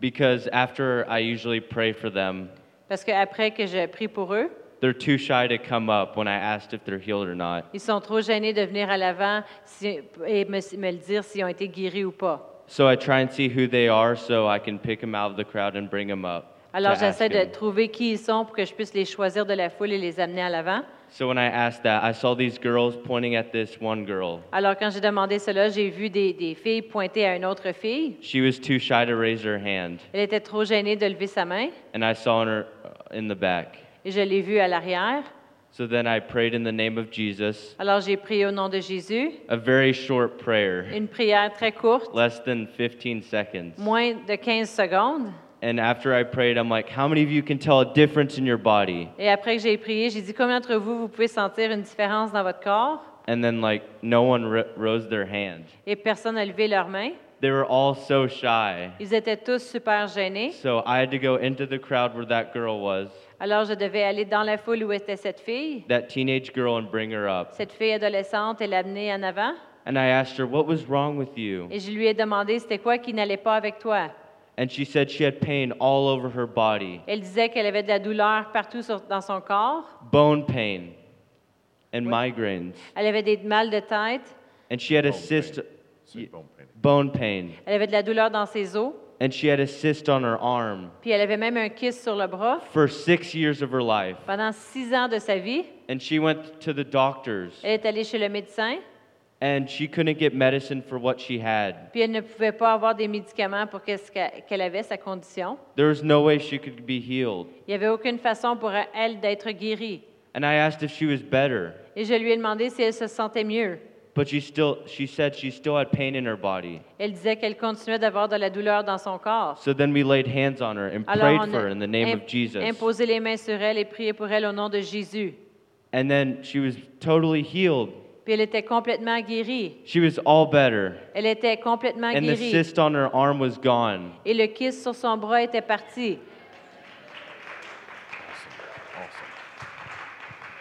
because after I usually pray for them, parce qu'après que j'ai pris pour eux, they're too shy to come up when I asked if they're healed or not. ils sont trop gênés de venir à l'avant si- et me, me le dire s'ils ont été guéris ou pas. So I try and see who they are so I can pick them out of the crowd and bring them up. Alors to ask j'essaie de them. trouver qui ils sont pour que je puisse les choisir de la foule et les amener à l'avant. So when I asked that, I saw these girls pointing at this one girl. Alors quand j'ai demandé cela, j'ai vu des, des filles pointer à une autre fille. She was too shy to raise her hand, Elle était trop gênée de lever sa main and I saw her uh, in the back. et je l'ai vue à l'arrière. So then I prayed in the name of Jesus, Alors j'ai prié au nom de Jésus, a very short prayer, une prière très courte, less than 15 seconds. moins de 15 secondes. And after I prayed, I'm like, how many of you can tell a difference in your body? Et après que j'ai prié, j'ai dit combien d'entre vous, vous pouvez sentir une différence dans votre corps? And then, like, no one r- rose their hand. Et personne n'a levé leur main. They were all so shy. Ils étaient tous super gênés. So I had to go into the crowd where that girl was, Alors je devais aller dans la foule où était cette fille. that teenage girl, and bring her up. Cette fille adolescente, elle l'amener en avant. And I asked her, what was wrong with you? Et je lui ai demandé c'était quoi qui n'allait pas avec toi. And she said she had pain all over her body, Elle disait qu'elle avait de la douleur partout sur- dans son corps. bone pain, and migraines. Elle avait des mal de tête. And she had a Bone cyst, pain. Say bone pain. bone pain. Elle avait de la douleur dans ses os. And she had a cyst on her arm Puis elle avait même un kiss sur le bras for six years of her life. pendant six ans de sa vie. And she went to the doctors, Elle est allée chez le médecin. and she couldn't get medicine for what she had. Puis elle ne pouvait pas avoir des médicaments pour qu'est-ce qu'a- qu'elle avait sa condition. There was no way she could be healed. Il n'y avait aucune façon pour elle d'être guérie. And I asked if she was better, Et je lui ai demandé si elle se sentait mieux. but she still she said she still had pain in her body. Elle disait qu'elle continuait d'avoir de la douleur dans son corps. So then we laid hands on her and Alors, prayed on for her a in the name im- of Jesus. imposé les mains sur elle et prié pour elle au nom de Jésus. And then she was totally healed. Puis elle était complètement guérie. She was all better. Elle était complètement And the guérie. cyst on her arm was gone. Et le kiss sur son bras était parti.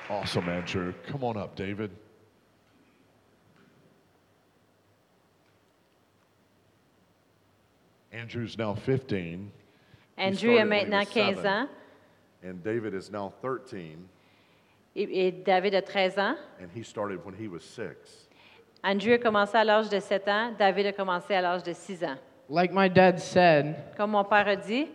Awesome, Andrew. Come on up, David. Andrew's now 15, Andrew a started when he maintenant was seven. 15 ans and David is now 13, et, et David a 13 ans. and he started when he was six. Andrew a commencé à l'âge de 7 ans. David a commencé à l'âge de 6 ans. Like my dad said, Comme mon père a dit,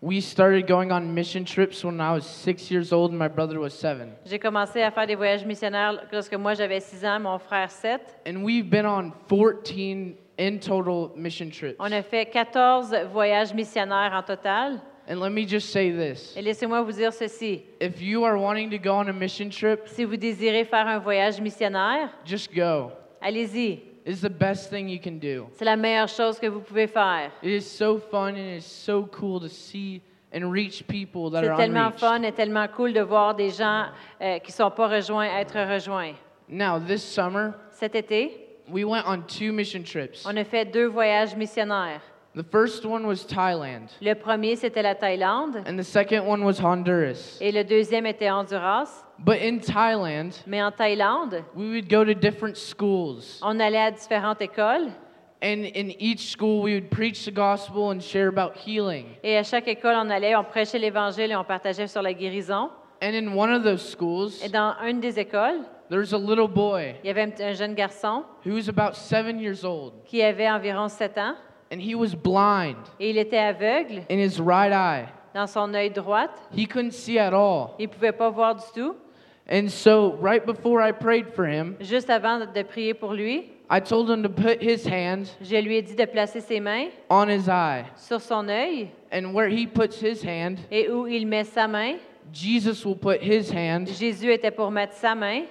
we started going on mission trips when I was six years old and my brother was seven. j'ai commencé à faire des voyages missionnaires lorsque moi j'avais 6 ans, mon frère 7. And we've been on 14 in total mission trips. On a fait 14 voyages missionnaires en total. And let me just say this Et laissez-moi vous dire ceci. if you are wanting to go on a mission trip, Si vous désirez faire un voyage missionnaire, just go. allez-y. It's the best thing you can do. C'est la meilleure chose que vous pouvez faire. It is so fun and it's so cool to see and reach people that C'est are tellement unreached. fun et tellement cool de voir des gens euh, qui ne sont pas rejoints être rejoints. Now, this summer, Cet été, we went on two mission trips. on a fait deux voyages missionnaires. The first one was Thailand, Le premier, c'était la Thaïlande and the second one was Honduras. et le deuxième était Honduras. But in Thailand, Mais en Thaïlande, we would go to different schools. on allait à différentes écoles And in each school, we would preach the gospel and share about healing. et à chaque école, on allait, on prêchait l'Évangile et on partageait sur la guérison. And in one of those schools, Et dans une des écoles, there was a little boy il y avait un petit- un jeune garçon who was about seven years old, qui avait environ 7 ans and he was blind et il était aveugle in his right eye. dans son œil droit. He couldn't see at all. Il ne pouvait pas voir du tout. And so, right before I prayed for him, Juste avant de prier pour lui, I told him to put his hand je lui ai dit de placer ses mains on his eye. sur son œil And where he puts his hand, et où il met sa main. Jesus will put his hand Jésus était pour mettre sa main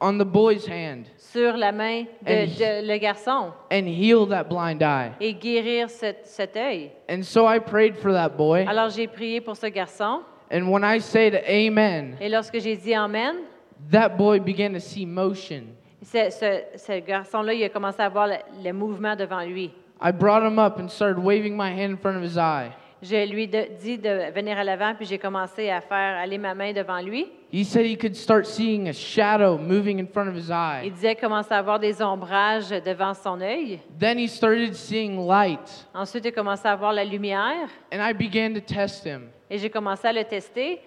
on the boy's hand sur la main de, And he- de le garçon and heal that blind eye. et guérir cet, cet œil. And so I prayed for that boy. Alors j'ai prié pour ce garçon And when I said amen, et lorsque j'ai dit Amen, that boy began to see motion. ce, ce- ce garçon-là, il a commencé à voir le, le mouvement devant lui. I brought him up and started waving my hand in front of his eye. Je lui ai dit de venir à l'avant, puis j'ai commencé à faire aller ma main devant lui. He said he could start seeing a shadow moving in front of his Il eye. disait commencer à avoir des ombrages devant son œil. Then he started seeing light, Ensuite, il commençait à voir la lumière and I began to test him. et j'ai commencé à le tester.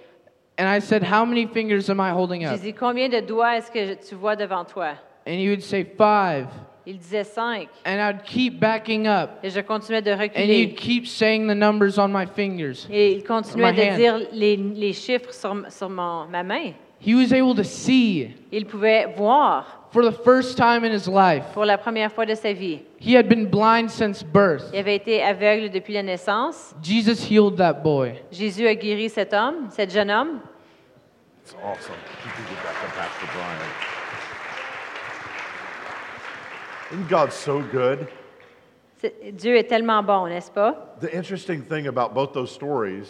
And I said, How many fingers am I holding J'ai up? dit combien de doigts est-ce que je- tu vois devant toi And he would say, Five. Il disait cinq. And I'd keep backing up, Et je continuais de and he'd reculer. keep saying the numbers on my fingers. Et il continuait My de hand. dire les, les chiffres sur, m- sur mon- ma main. He was able to see Il pouvait voir for the first time in his life. pour la première fois de sa vie. He had been blind since birth. Il avait été aveugle depuis la naissance. Jesus healed that boy. Jésus a guéri cet homme, cet jeune homme. It's awesome. You can give that to Pastor Brian. Isn't God so good? C'est- Dieu est tellement bon, n'est-ce pas? The interesting thing about both those stories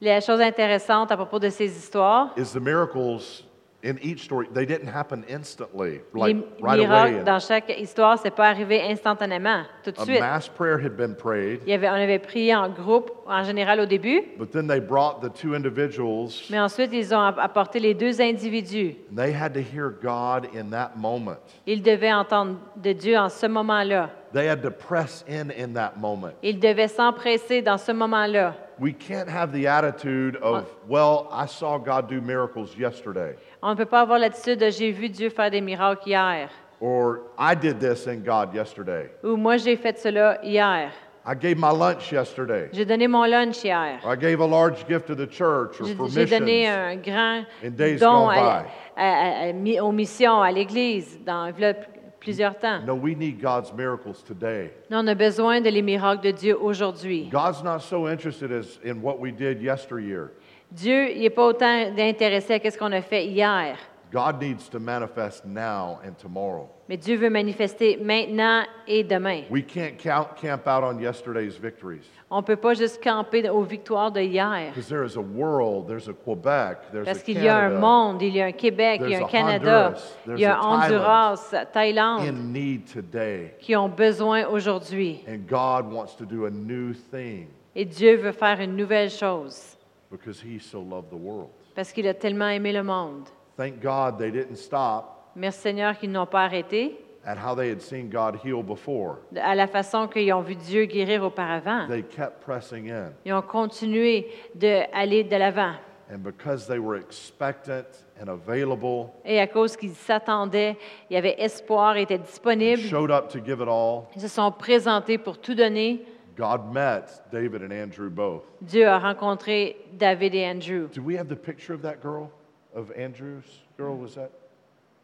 La chose intéressante à propos de ces histoires, is the miracles in each story, they didn't happen instantly, les like right miracles away. dans chaque histoire, c'est pas arrivé instantanément, tout de A suite. mass prayer had been prayed, Il y avait, on avait prié en groupe, en général au début, but then they brought the two individuals mais ensuite ils ont apporté les deux individus. and they had to hear God in that moment. Ils devaient entendre de Dieu en ce moment-là. They had to press in in that moment. Ils devaient s'empresser dans ce moment-là. We can't have the attitude of, well, I saw God do miracles yesterday, On ne peut pas avoir l'attitude de j'ai vu Dieu faire des miracles hier or I did this in God yesterday. ou moi j'ai fait cela hier. I gave my lunch yesterday. J'ai donné mon lunch hier. Or I gave a large gift to the church or J'ai for j'ai donné missions. un grand In days don gone à- by. à- à- mi- aux missions, à l'Église, dans v'là pl- plusieurs temps. No, we need God's miracles today. Non, on a besoin de les miracles de Dieu aujourd'hui. God's not so interested as in what we did yesteryear. Dieu n'est pas autant intéressé à ce qu'on a fait hier, God needs to manifest now and tomorrow. mais Dieu veut manifester maintenant et demain. We can't count, camp out on yesterday's victories On ne peut pas juste camper aux victoires de hier, because there is a world, there's a Quebec, there's parce a qu'il y a un Canada monde, il y a un Québec, il y a There's un a Canada, Honduras, il y a there's a Honduras, Thaïlande, in need today. qui ont besoin aujourd'hui. And God wants to do a new thing Et Dieu veut faire une nouvelle chose, because He so loved the world. parce qu'il a tellement aimé le monde. Thank God they didn't stop Merci Seigneur qu'ils n'ont pas arrêté at how they had seen God heal before. à la façon qu'ils ont vu Dieu guérir auparavant. They kept pressing in. Ils ont continué d'aller de l'avant. And because they were expectant and available, Et à cause qu'ils s'attendaient, il y avait espoir, ils étaient and disponibles, showed up to give it all, ils se sont présentés pour tout donner. God met David and Andrew both. Dieu a rencontré David et Andrew. Do we have the picture of that girl? Of Andrew's girl? Was that?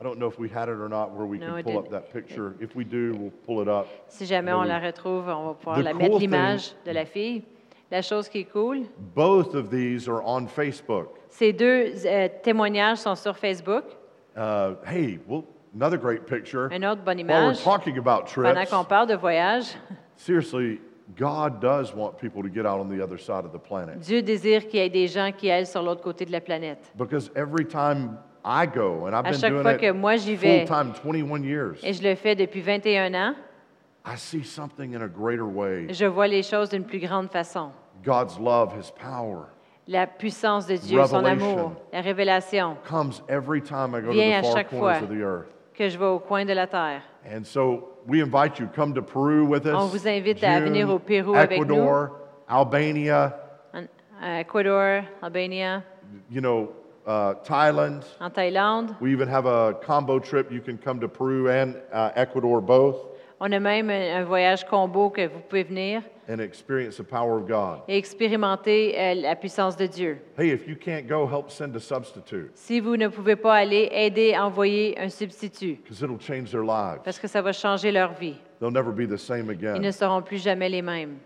I don't know if we had it or not where we No, I can pull up didn't. that picture. If we do, we'll pull it up. Si jamais on la retrouve, on va pouvoir The la cool mettre thing- l'image de la fille. La chose qui est cool, Both of these are on Facebook. ces deux euh, témoignages sont sur Facebook. Uh, hey, well, another great picture. Une autre bonne While we're image. talking about Pendant trips, qu'on parle de voyage, seriously, God does want people to get out on the other side of the planet. Dieu désire qu'il y ait des gens qui aillent sur l'autre côté de la planète. Because every time I go, and I've À been chaque doing fois it que moi j'y vais, full time 21 years, Et je le fais depuis 21 ans. I see something in a greater way. Je vois les choses d'une plus grande façon. God's love, His power, La puissance de Dieu, son Revelation. amour, la révélation comes every time I go Vient to à the far chaque corners fois. of the earth. que je vois au coin de la terre. And so we invite you come to Peru with us. On vous invite à June, venir au Pérou avec Ecuador, Albania, En, à Ecuador, Albania, you know, uh, Thailand. en Thaïlande. We even have a combo trip. You can come to Peru and uh, Ecuador both On a même un, un voyage combo que vous pouvez venir and experience the power of God. et expérimenter euh, la puissance de Dieu. Hey, if you can't go, help send a substitute Si vous ne pouvez pas aller, aidez à envoyer un substitut because it'll change their lives. parce que ça va changer leur vie. They'll never be the same Ils again. Do ne seront plus jamais les mêmes.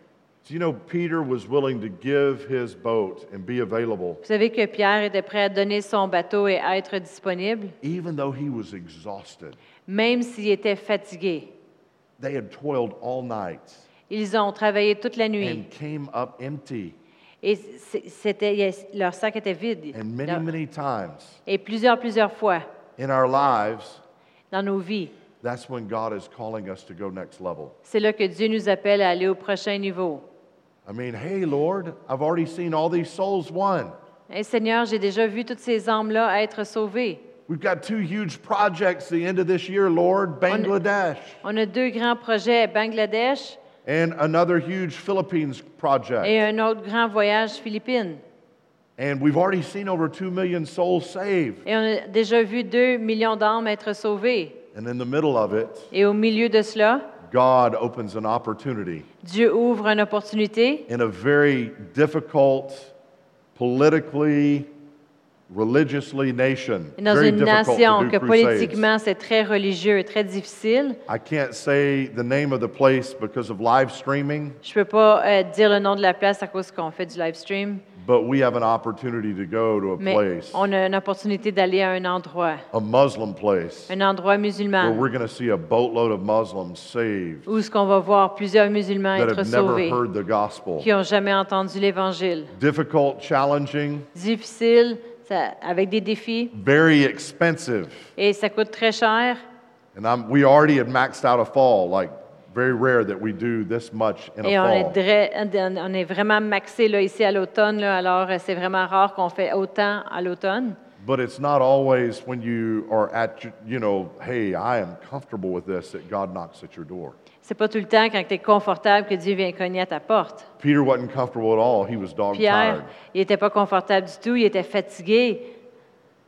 you know Peter was willing to give his boat and be available Vous savez que Pierre était prêt à donner son bateau et à être disponible? even though he was exhausted? même s'ils étaient fatigués. They had toiled all night Ils ont travaillé toute la nuit and came up empty. et c- c'était, il- leur sac était vide. And many, Leur- many times Et plusieurs, plusieurs fois in our lives, dans nos vies, that's when God is calling us to go next level. c'est là que Dieu nous appelle à aller au prochain niveau. I mean, hey, Lord, I've already seen all these souls won. Hey, Eh, Seigneur, j'ai déjà vu toutes ces âmes-là être sauvées. We've got two huge projects the end of this year, Lord Bangladesh On a deux grands projets, Bangladesh and another huge Philippines project. et un autre grand voyage, Philippines. And we've already seen over 2 million souls saved. Et on a déjà vu deux millions d'âmes être sauvées. And in the middle of it, Et au milieu de cela, God opens an opportunity Dieu ouvre une opportunité in a very difficult, politically religiously nation. Et dans Very une difficult to nation do que crusades. politiquement c'est très religieux et très difficile, I can't say the name of the place because of live streaming, je ne peux pas euh, dire le nom de la place à cause qu'on fait du live stream, but we have an opportunity to go to a mais place, on a une opportunité d'aller à un endroit, a Muslim place, un endroit where musulman, we're going to see a boatload of Muslims saved où ce qu'on va voir plusieurs musulmans that être have never sauvés heard the gospel. qui n'ont jamais entendu l'Évangile. Difficult, challenging, Difficile, ça- avec des défis, very expensive. et ça coûte très cher. And I'm, we already had maxed out a fall, like very rare that we do this much in a Et on est, fall. dra- on est vraiment maxé là, ici à l'automne, là, alors euh, c'est vraiment rare qu'on fait autant à l'automne. But it's not always when you are at, your- you know, hey, I am comfortable with this, that God knocks at your door. C'est pas tout le temps quand tu es confortable que Dieu vient cogner à ta porte. Peter wasn't comfortable at all. He was dog Pierre, tired, il n'était pas confortable du tout, il était fatigué,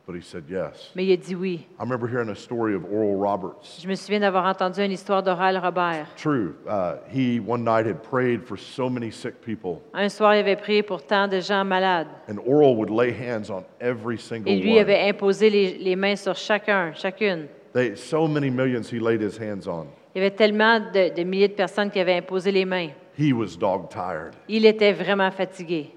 but he said yes. mais il a dit oui. I remember hearing a story of Oral Roberts. Je me souviens d'avoir entendu une histoire d'Oral Robert. True. Uh, he one night had prayed for so many sick people, Un soir, il avait prié pour tant de gens malades. and Oral would lay hands on every single Et lui one. avait imposé les, les mains sur chacun, chacune. They, so many millions he laid his hands on. Il y avait tellement de, de milliers de personnes qui avaient imposé les mains. He was dog tired. Il était vraiment fatigué.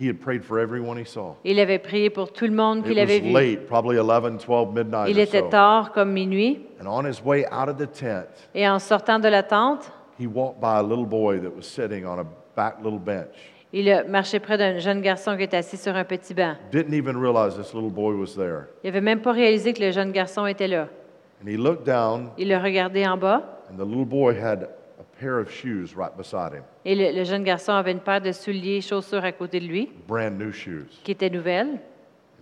He had prayed for everyone he saw. Il avait prié pour tout le monde It qu'il avait was vu. late, probably 11, 12, midnight Il or était so. tard, comme minuit, And on his way out of the tent, et en sortant de la tente, he walked by a little boy that was sitting on a back little bench. il a marché près d'un jeune garçon qui était assis sur un petit banc. Didn't even realize this little boy was there. Il n'avait même pas réalisé que le jeune garçon était là. And he looked down, Il le regardait en bas, and the little boy had a pair of shoes right beside him, et le, le jeune garçon avait une paire de souliers et chaussures à côté de lui, brand new shoes. qui étaient nouvelles.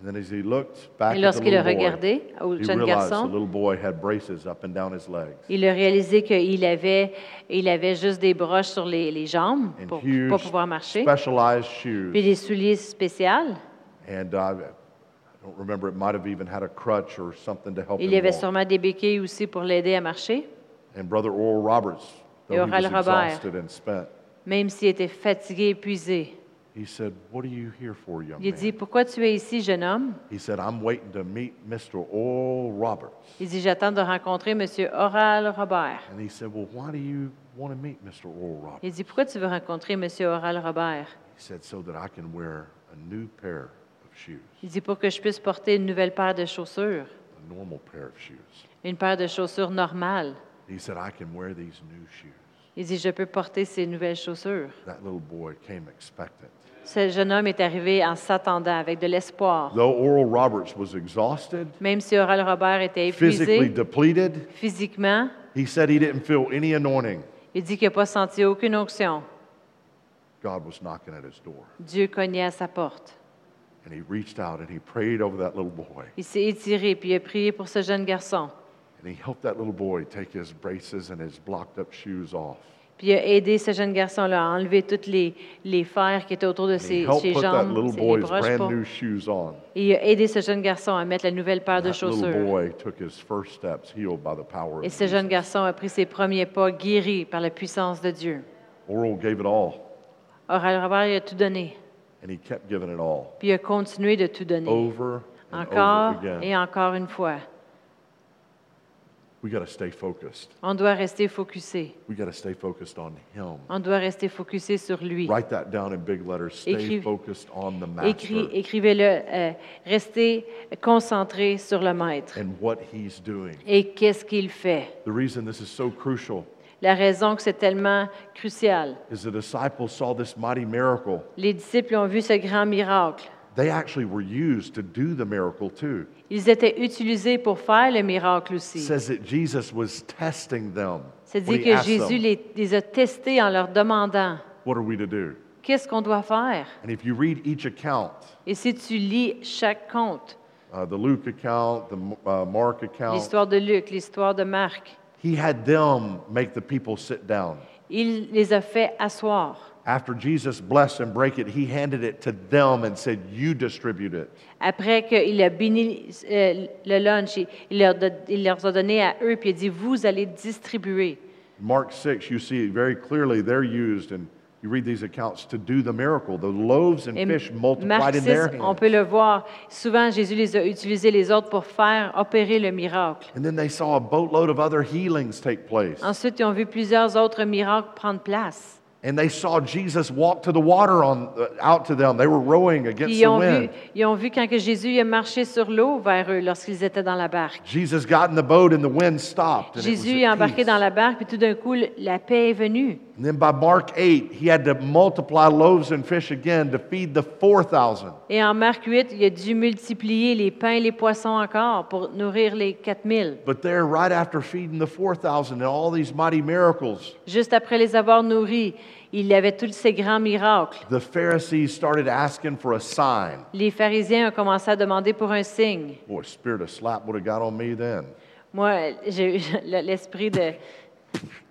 And then as he looked back Et at the lorsqu'il a little boy, regardé au he jeune realized the garçon, little boy had braces up and down his legs il a réalisé qu'il avait, il avait juste des broches sur les, les jambes and pour ne huge pas pouvoir marcher, specialized puis shoes. des souliers spéciaux. And uh, I don't remember, it might have even had a crutch or something to help Il y him avait walk. sûrement des béquilles aussi pour l'aider à marcher. And brother Oral Roberts, though Et he was Oral Robert. exhausted and spent, Même s'il était fatigué, épuisé, he said, "What are you here for, young il man?" dit, pourquoi tu es ici, jeune homme? He said, "I'm waiting to meet Mr. Oral Roberts." Il dit, j'attends de rencontrer M. Oral Robert. And he said, "Well, why do you want to meet Mr. Oral Roberts?" Il dit, pourquoi tu veux rencontrer M. Oral Robert? He said, "So that I can wear a new pair of shoes, Il dit, pour que je puisse porter une nouvelle paire de chaussures, a normal pair of shoes." une paire de chaussures normales. He said, "I can wear these new shoes." Il dit, je peux porter ces nouvelles chaussures. That little boy came expectant. Ce jeune homme est arrivé en s'attendant avec de l'espoir. Though Oral Roberts was exhausted, Même si Oral Robert était physically épuisé depleted, physiquement, he said he didn't feel any anointing. il dit qu'il n'a pas senti aucune onction. God was knocking at his door. Dieu cognait à sa porte. And he reached out and he prayed over that little boy. Il s'est étiré puis il a prié pour ce jeune garçon. And he helped that little boy take his braces and his blocked up shoes off. Puis il a aidé ce jeune garçon-là à enlever toutes les, les fers qui étaient autour de And he ses, helped ses put that jambes, little ses les boy's broches. brand pour- new shoes on. Et il a aidé ce jeune garçon à mettre la nouvelle paire de That little chaussures. boy took his first steps healed by the power Et of ce Jesus. jeune garçon a pris ses premiers pas guéri par la puissance de Dieu. Oral gave it all. Oral Robert il a tout donné, And he kept giving it all. puis il a continué de tout donner, Over and encore over again. et encore une fois. We got to stay focused. On doit rester focusé. We got to stay focused on him. On doit rester focusé sur lui. Write that down in big letters. Stay Écri- focused on the Écris- master Écrivez-le. euh, restez concentré sur le maître. and what he's doing. Et qu'est-ce qu'il fait? The reason this is so crucial La raison que c'est tellement crucial. is the disciples saw this mighty miracle. Les disciples ont vu ce grand miracle. They actually were used to do the miracle too. Ils étaient utilisés pour faire le miracle It aussi. says that Jesus was testing them. C'est when dire he que asked them, Jésus les, les a testés en leur demandant What are we to do? qu'est-ce qu'on doit faire. And if you read each account, Et si tu lis chaque conte, uh, the Luke account, the uh, Mark account, l'histoire de Luc, l'histoire de Marc, he had them make the people sit down. il les a fait asseoir. After Jesus blessed and break it, he handed it to them and said, You distribute it. Après qu'il a béni euh, le lunch, il- il leur, don- il leur a donné à eux, puis il a dit, vous allez distribuer. Mark 6, you see it very clearly. They're used in You read these accounts to do the miracle. The loaves and Et fish Marc multiplied in 6, their on hands. peut le voir. Souvent, Jésus les a utilisés les autres pour faire opérer le miracle. And then they saw a boatload of other healings take place. Ensuite, ils ont vu plusieurs autres miracles prendre place. And they saw Jesus walk to the water on, uh, out to them. They were rowing Puis against ils the ont, vu, wind. ils ont vu quand que Jésus a marché sur l'eau vers eux lorsqu'ils étaient dans la barque. Jesus got in the boat and the wind stopped. And, it was Jésus est at embarqué peace. dans la barque, puis tout d'un coup, le- la paix est venue. and then by Mark 8, he had to multiply loaves and fish again to feed the 4,000. Et en Marc 8, il a dû multiplier les pains et les poissons encore pour nourrir les 4000. But there, right after feeding the 4,000 and all these mighty miracles, Juste après les avoir nourris, il avait tous ces grands miracles. the Pharisees started asking for a sign. Les pharisiens ont commencé à demander pour un signe. Boy, spirit of slap would have got on me then. Moi, j'ai eu le- l'esprit de,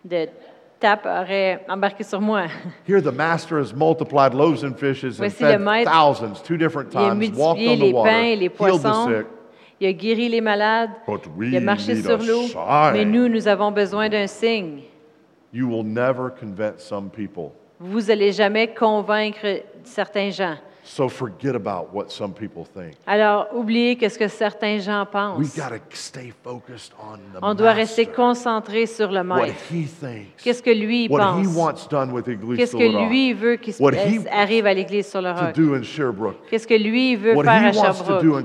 de tape aurait embarqué sur moi. Here, the master has multiplied loaves and fishes and Voici le fed maître. thousands two different Il a times, walked multiplié on the les water, pains et les healed the poissons. sick. Il a guéri les malades. But we Il a marché need sur a l'eau. sign. Mais nous, nous avons besoin d'un signe. You will never convince some people. Vous allez jamais convaincre certains gens. So forget about what some people think. Alors, oubliez que ce que certains gens We pensent. got to stay focused on the On doit rester master, concentré sur le what maître. he thinks, Qu'est-ce que lui il what he pense? wants done with Iglesia Qu'est-ce que lui veut qu'il se What he passe- arrive à l'église sur le to roc? do in Sherbrooke, Qu'est-ce que lui veut what faire à he wants to do Sherbrooke?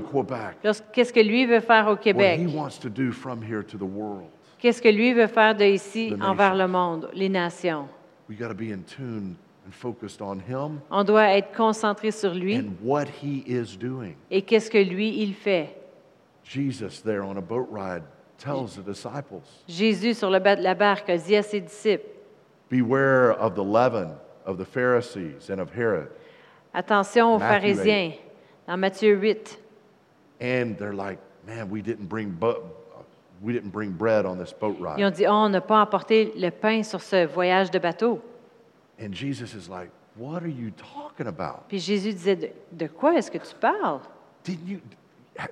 in Quebec, Lorsque- Qu'est-ce que lui veut faire au what Québec? he wants to do from here to the world. Qu'est-ce que lui veut faire de ici The envers nations. le monde, les nations? We got to be in tune and focused on him On doit être concentré sur lui and what he is doing. et qu'est-ce que lui, il fait. Jesus, there on a boat ride, tells the disciples, Jésus, sur le bas de la barque, a dit à ses disciples, Beware of the leaven of the Pharisees and of Herod. attention aux Matthew eight. pharisiens, dans Matthieu 8. And they're like, Man, we didn't bring, bu- we didn't bring bread on this boat Ils ont ride. dit, oh, on n'a pas emporté le pain sur ce voyage de bateau. And Jesus is like, What are you talking about? Puis Jésus disait, de, de quoi est-ce que tu parles? Didn't you,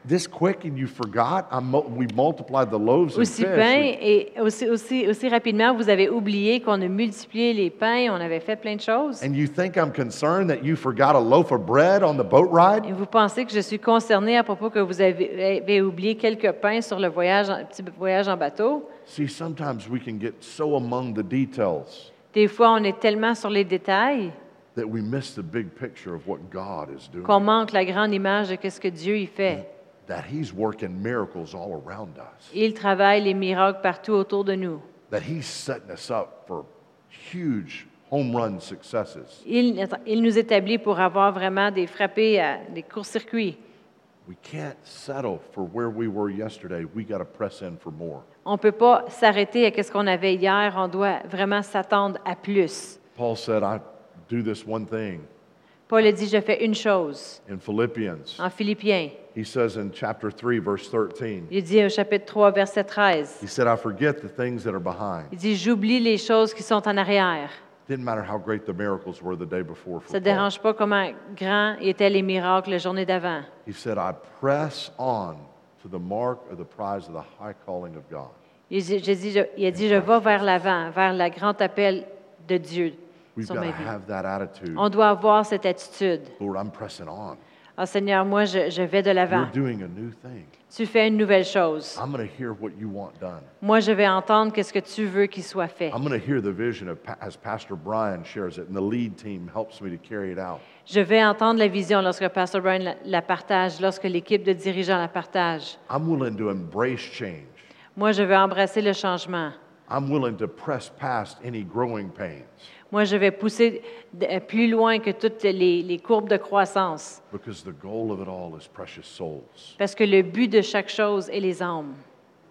this quick and you forgot? I mul- we multiplied the loaves and Aussi fish. bien et aussi, aussi, aussi rapidement, vous avez oublié qu'on a multiplié les pains, on avait fait plein de choses. And you think I'm concerned that you forgot a loaf of bread on the boat ride? Et vous pensez que je suis concernée à propos que vous avez, avez oublié quelques pains sur le voyage, en- petit voyage en bateau? See, sometimes we can get so among the details Des fois, on est tellement sur les détails that we miss the big picture of what God is doing, qu'on manque la grande image de ce que Dieu y fait. that He's working miracles all around us, Il travaille les miracles partout autour de nous. that He's setting us up for huge home run successes. Il, il nous établit pour avoir vraiment des frappés, à, des courts-circuits. We can't settle for where we were yesterday. We got to press in for more. On ne peut pas s'arrêter à ce qu'on avait hier. On doit vraiment s'attendre à plus. Paul said, I do this one thing Paul a dit, je fais une chose. in Philippians. En Philippiens, He says in chapter 3, verse 13, il dit au chapitre 3, verset 13, he said, I forget the things that are behind. il dit, j'oublie les choses qui sont en arrière. Didn't matter how great the miracles were the day before. For Ça ne Paul. dérange pas comment grands étaient les miracles la journée d'avant. He said, I press on to the mark of the prize of the high calling of God. Il, dit- je dis- je- il a dit, je vais vers l'avant, vers le grand appel de Dieu We've sur got to ma vie. have that attitude. On doit avoir cette attitude. Lord, I'm pressing on. Ah Seigneur, moi, je, je vais de You're l'avant. doing a new thing. Tu fais une nouvelle chose. I'm going to hear what you want done. Moi, je vais entendre qu'est-ce que tu veux qu'il soit fait. I'm going to hear the vision of, Pa- as Pastor Brian shares it, and the lead team helps me to carry it out. Je vais entendre la vision lorsque Pastor Brian la, la partage, lorsque l'équipe de dirigeants la partage. I'm willing to embrace change. Moi, je vais embrasser le changement. I'm willing to press past any growing pains Moi, je vais pousser d- euh, plus loin que toutes les, les courbes de croissance, because the goal of it all is precious souls. parce que le but de chaque chose est les âmes.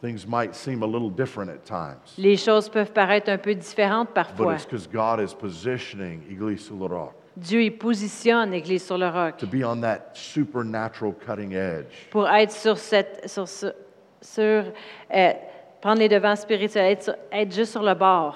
Things might seem a little different at times. Les choses peuvent paraître un peu différentes But parfois. it's because God is positioning Iglesia La Roque Dieu y positionne l'Église sur le roc to be on that supernatural cutting edge. pour être sur cette, sur, ce- sur, euh, prendre les devants spirituels, être, sur- être juste sur le bord.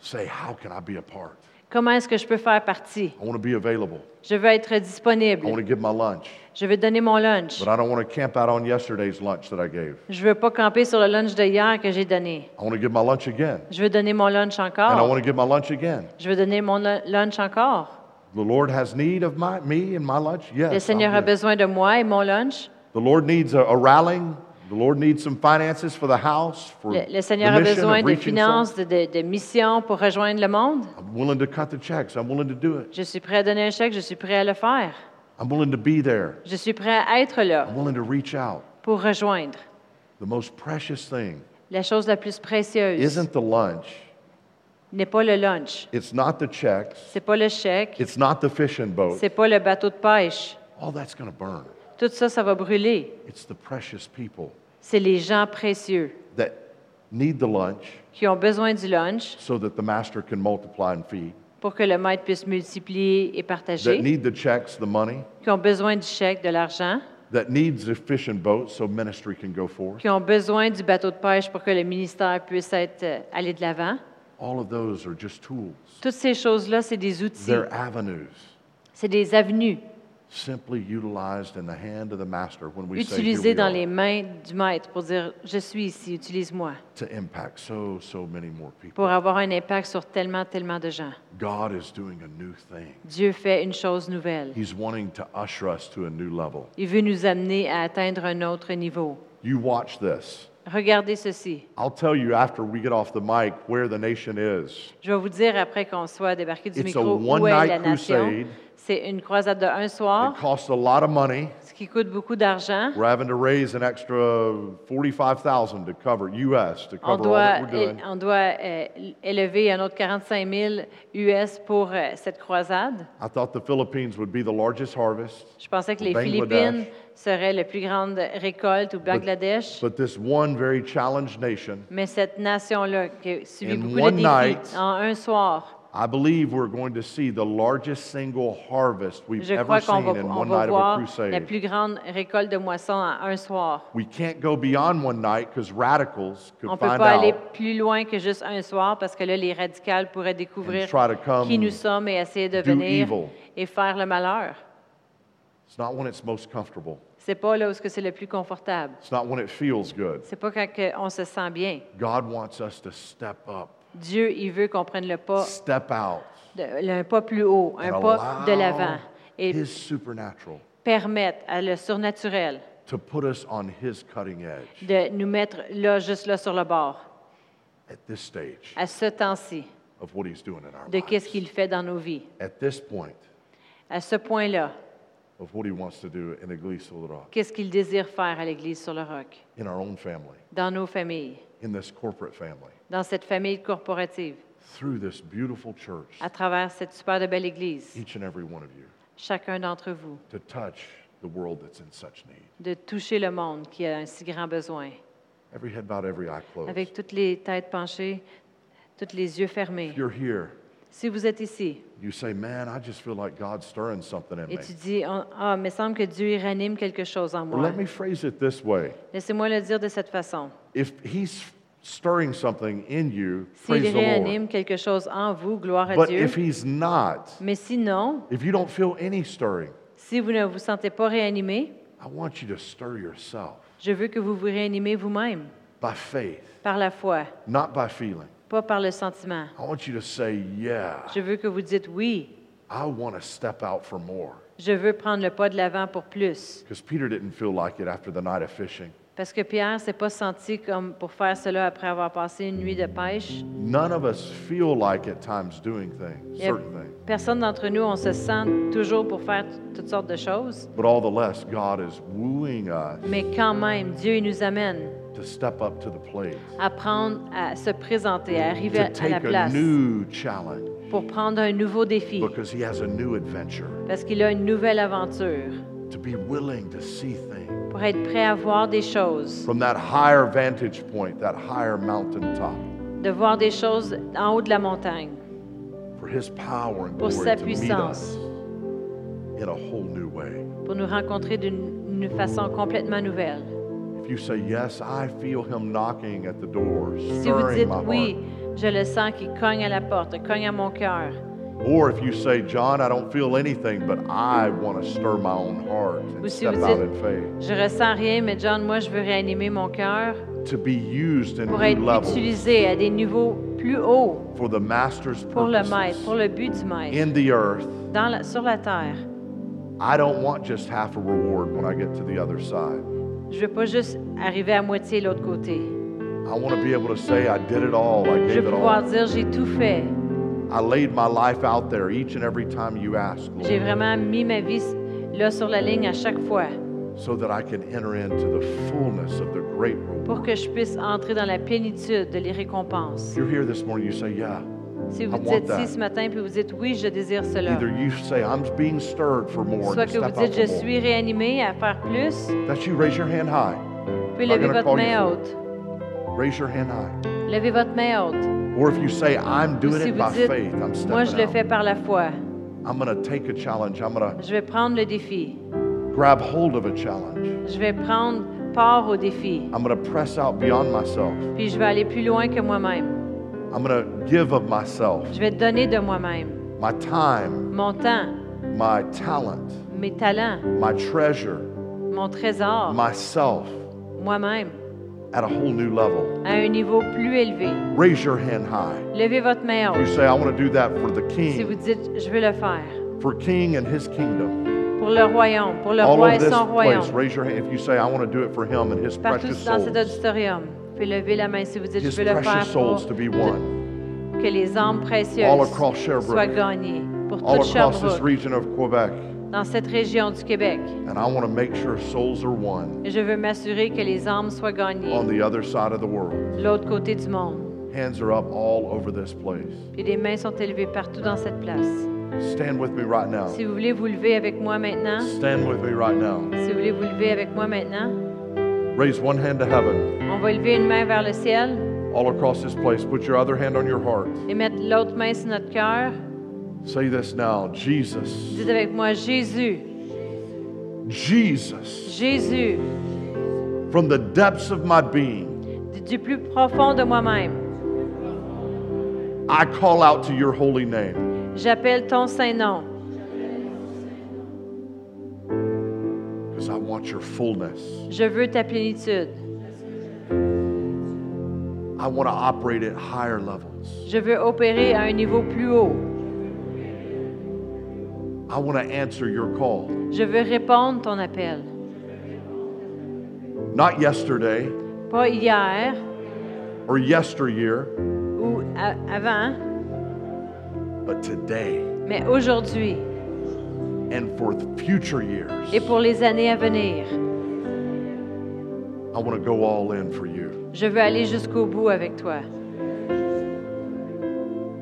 Say, how can I be a part? Comment est-ce que je peux faire partie? I want to be available. Je veux être I want disponible. to give my lunch, Je veux donner mon lunch. but I don't want to camp out on yesterday's lunch that I gave. Je veux pas camper sur le lunch de hier que j'ai donné. I want to give my lunch again, Je veux donner mon lunch and I encore. want to give my lunch again. Je veux donner mon lu- lunch encore. The Lord has need of my, me and my lunch. Yes. Le Seigneur a I'm there. besoin de moi et mon lunch. the Lord needs a, a rallying. The Lord needs some finances for the house. For Le, le Seigneur the a mission besoin of de reaching souls. finances, de, de- de missions pour rejoindre le monde. I'm willing to cut the checks. I'm willing to do it. Je suis prêt à donner un chèque, je suis prêt à le faire. I'm willing to be there. Je suis prêt à être là I'm willing to reach out. pour rejoindre. The most precious thing La chose la plus précieuse isn't the lunch. n'est pas le lunch, It's not the checks. c'est pas le chèque, It's not the fishing boat. c'est pas le bateau de pêche. All that's going to burn. Tout ça, ça va brûler. It's the precious people C'est les gens précieux that need the lunch qui ont besoin du lunch so that the master can multiply and feed, pour que le maître puisse multiplier et that partager, need the checks, the money, qui ont besoin du chèque, de l'argent, that needs the fishing boat so ministry can go forth. qui ont besoin du bateau de pêche pour que le ministère puisse être, euh, aller de l'avant. All of those are just tools, Toutes ces choses-là, c'est des outils, they're avenues c'est des avenues simply utilized in the hand of the master when we say "Here we utilisées dans are," les mains du maître pour dire Je suis ici, utilise-moi, to impact so, so many more people. pour avoir un impact sur tellement, tellement de gens. God is doing a new thing. Dieu fait une chose nouvelle. He's wanting to usher us to a new level. Il veut nous amener à atteindre un autre niveau. You watch this. Regardez ceci. I'll tell you after we get off the mic where the nation is. Je vais vous dire après qu'on soit débarqué du It's a micro où est la one-night nation. crusade. C'est une croisade de un It soir, costs a lot of money. ce qui coûte beaucoup d'argent. We're having to raise an extra 45,000 to cover US to On cover all doit, that we're doing. on doit euh, élever un autre 45 000 US pour euh, cette croisade. I thought the Philippines would be the largest harvest, Je pensais que Au les Bangladesh. Philippines seraient la plus grande récolte au Bangladesh, but this one very challenged nation, mais cette nation-là qui a subi In beaucoup de one défis night, en un soir, I believe we're going to see the largest single harvest we've je ever crois qu'on seen va, in on one va night of a voir la crusade. plus grande récolte de moissons en un soir. We can't go beyond one night because radicals could On ne peut find pas aller out plus loin que juste un soir parce que là, les radicales pourraient découvrir try to come qui nous sommes et essayer de do venir evil. et faire le malheur. it's not when it's most comfortable, C'est pas là où est-ce que c'est le plus confortable. it's not when it feels good. C'est pas quand que on se sent bien. God wants us to step up, Dieu, il veut qu'on prenne le pas, step out, de- le- un pas plus haut, and un pas allow de l'avant, et His supernatural permettre à le surnaturel to put us on His cutting edge de nous mettre là, juste là sur le bord, at this stage à ce temps-ci, of what He's doing in our de lives. qu'est-ce qu'il fait dans nos vies, At this point à ce point-là, of what He wants to do in Iglesia Little Rock, qu'est-ce qu'il désire faire à l'Église sur le roc, in our own family, dans nos familles, in this corporate family, dans cette famille corporative, through this beautiful church, à travers cette super de belle Église, each and every one of you, chacun d'entre vous, to touch the world that's in such need. de toucher le monde qui a un si grand besoin. Every head bowed, every eye closed. avec toutes les têtes penchées, tous les yeux fermés. If you're here, Si vous êtes ici you say, Man, I just feel like God's stirring something in et me. tu dis, On- ah, il me semble que Dieu il ranime quelque chose en Or moi. let me phrase it this way. Laissez-moi le dire de cette façon. If he's stirring something in you, praise S'il the Lord. réanime quelque chose en vous, gloire à But if Dieu. he's not, Mais sinon, if you don't feel any stirring, si vous ne vous sentez pas réanimé, I want you to stir yourself je veux que vous vous réanimez vous-même, by faith, par la foi, not by feeling. pas par le sentiment. I want you to say, Yeah, Je veux que vous dites oui, I want to step out for more. je veux prendre le pas de l'avant pour plus. Because Peter didn't feel like it after the night of fishing. Parce que Pierre s'est pas senti comme pour faire cela après avoir passé une nuit de pêche. None of us feel like at times doing things, Il y a certain things. Personne d'entre nous, on se sent toujours pour faire t- toutes sortes de choses, But all the less, God is wooing us mais quand même, Dieu il nous amène to step up to the plate, à prendre, à se présenter, à arriver to à- à la take a place new challenge. pour prendre un nouveau défi, because he has a new adventure parce qu'il a une nouvelle aventure, to be willing to see things pour être prêt à voir des choses, from that higher vantage point, that higher mountaintop, de voir des choses en haut de la montagne, for his power and Pour glory sa to meet puissance. us in a whole new way. pour nous rencontrer d'une une façon complètement nouvelle. If you say yes, I feel him knocking at the door, Si vous stirring dites my heart. oui, je le sens qui cogne à la porte, cogne à mon cœur, Or if you say, John, I don't feel anything, but I want to stir my own heart and Ou si step vous out in dites- faith Je ressens rien, mais John, moi, je veux réanimer mon cœur to be used in pour new être levels utilisé à des niveaux plus hauts for the master's pour le maître, pour purposes le but du maître, in the earth. dans la- sur la terre. I don't want just half a reward when I get to the other side. Je veux pas juste arriver à moitié l'autre côté. I want to be able to say, I did it all. I Je gave veux it all. pouvoir dire, j'ai tout fait. I laid my life out there each and every time you ask, J'ai Lord, vraiment mis ma vie là sur la ligne à chaque fois so that I can enter into the fullness of the great reward. pour que je puisse entrer dans la plénitude de les récompenses. If you're here this morning, you say, Yeah. Si I vous want dites that. si ce matin puis vous dites oui, je désire cela. Either you say, I'm being stirred for more, Soit and que step vous out dites je for more. suis réanimé à faire plus, That's you. Raise your hand high. puis I'm not levez gonna votre call you main for haute. Raise your hand high. Levez votre main haute. Or if you say, I'm Ou doing si it vous by dites faith, I'm stepping moi je le out. fais par la foi, I'm going to take a challenge. I'm going je vais prendre le défi, to grab hold of a challenge. je vais prendre part au défi, I'm going to press out beyond myself. puis je vais aller plus loin que moi-même. I'm going to give of myself, Je vais donner de moi-même my time, mon temps, my talent, mes talents, my treasure, mon trésor, myself moi-même, at a whole new level. à un niveau plus élevé. Raise your hand high. Levez votre main You haute say, I want to do that for the si vous king, dites je veux le faire for king and his kingdom. pour le royaume, pour le All roi over et this son place, royaume. raise your hand if you say, I want to do it for him and his Partout precious dans cet souls. auditorium, vous pouvez lever la main si vous dites His je veux le faire precious pour souls to be one. que les âmes All précieuses across Sherbrooke. soient gagnées pour All toute across this Sherbrooke, region of Quebec. dans cette région du Québec. And I want to make sure souls are one Et Je veux m'assurer que les âmes soient gagnées on the other side of the world. de l'autre côté du monde. Hands are up all over this place. Puis les mains sont élevées partout dans cette place. Stand with me right now. Si vous voulez vous lever avec moi maintenant, Stand with me right now. si vous voulez vous lever avec moi maintenant, Raise one hand to heaven. on va lever une main vers le ciel All across this place, put your other hand on your heart. et mettre l'autre main sur notre cœur. Say this now Jesus, Dites avec moi, Jésus, Jesus, Jésus, from the depths of my being, du- du plus profond de moi-même, I call out to your holy name. j'appelle ton Saint-Nom because I want your fullness. Je veux ta plénitude. I want to operate at higher levels. Je veux opérer à un niveau plus haut. I want to answer your call. Je veux répondre ton appel. Not yesterday Pas hier or yesteryear, ou a- avant, but today mais aujourd'hui and for future et years. pour les années à venir. I want to go all in for you. Je veux aller jusqu'au bout avec toi.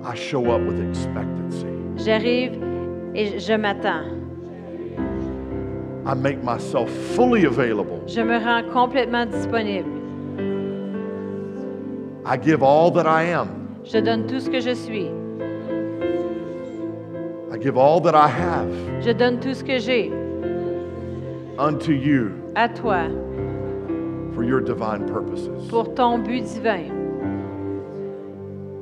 I show up with expectancy. J'arrive et je m'attends. I make myself fully available. Je me rends complètement disponible. I give all that I am. Je donne tout ce que je suis. I give all that I have Je donne tout ce que j'ai unto you à toi for your divine purposes. pour ton but divin.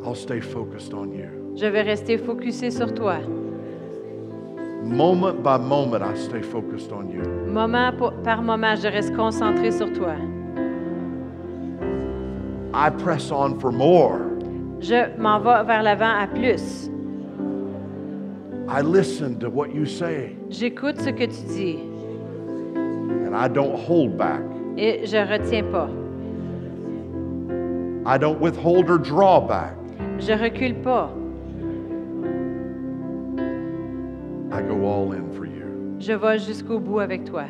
I'll stay focused on you. Je vais rester focusé sur toi. Moment by moment, I stay focused on you. Moment pour- par moment, je reste concentré sur toi. I press on for more. Je m'en vais vers l'avant à plus. I listen to what you say J'écoute ce que tu dis and I don't hold back. et je retiens pas. I don't withhold or draw back. Je recule pas. I go all in for you. Je vais jusqu'au bout avec toi.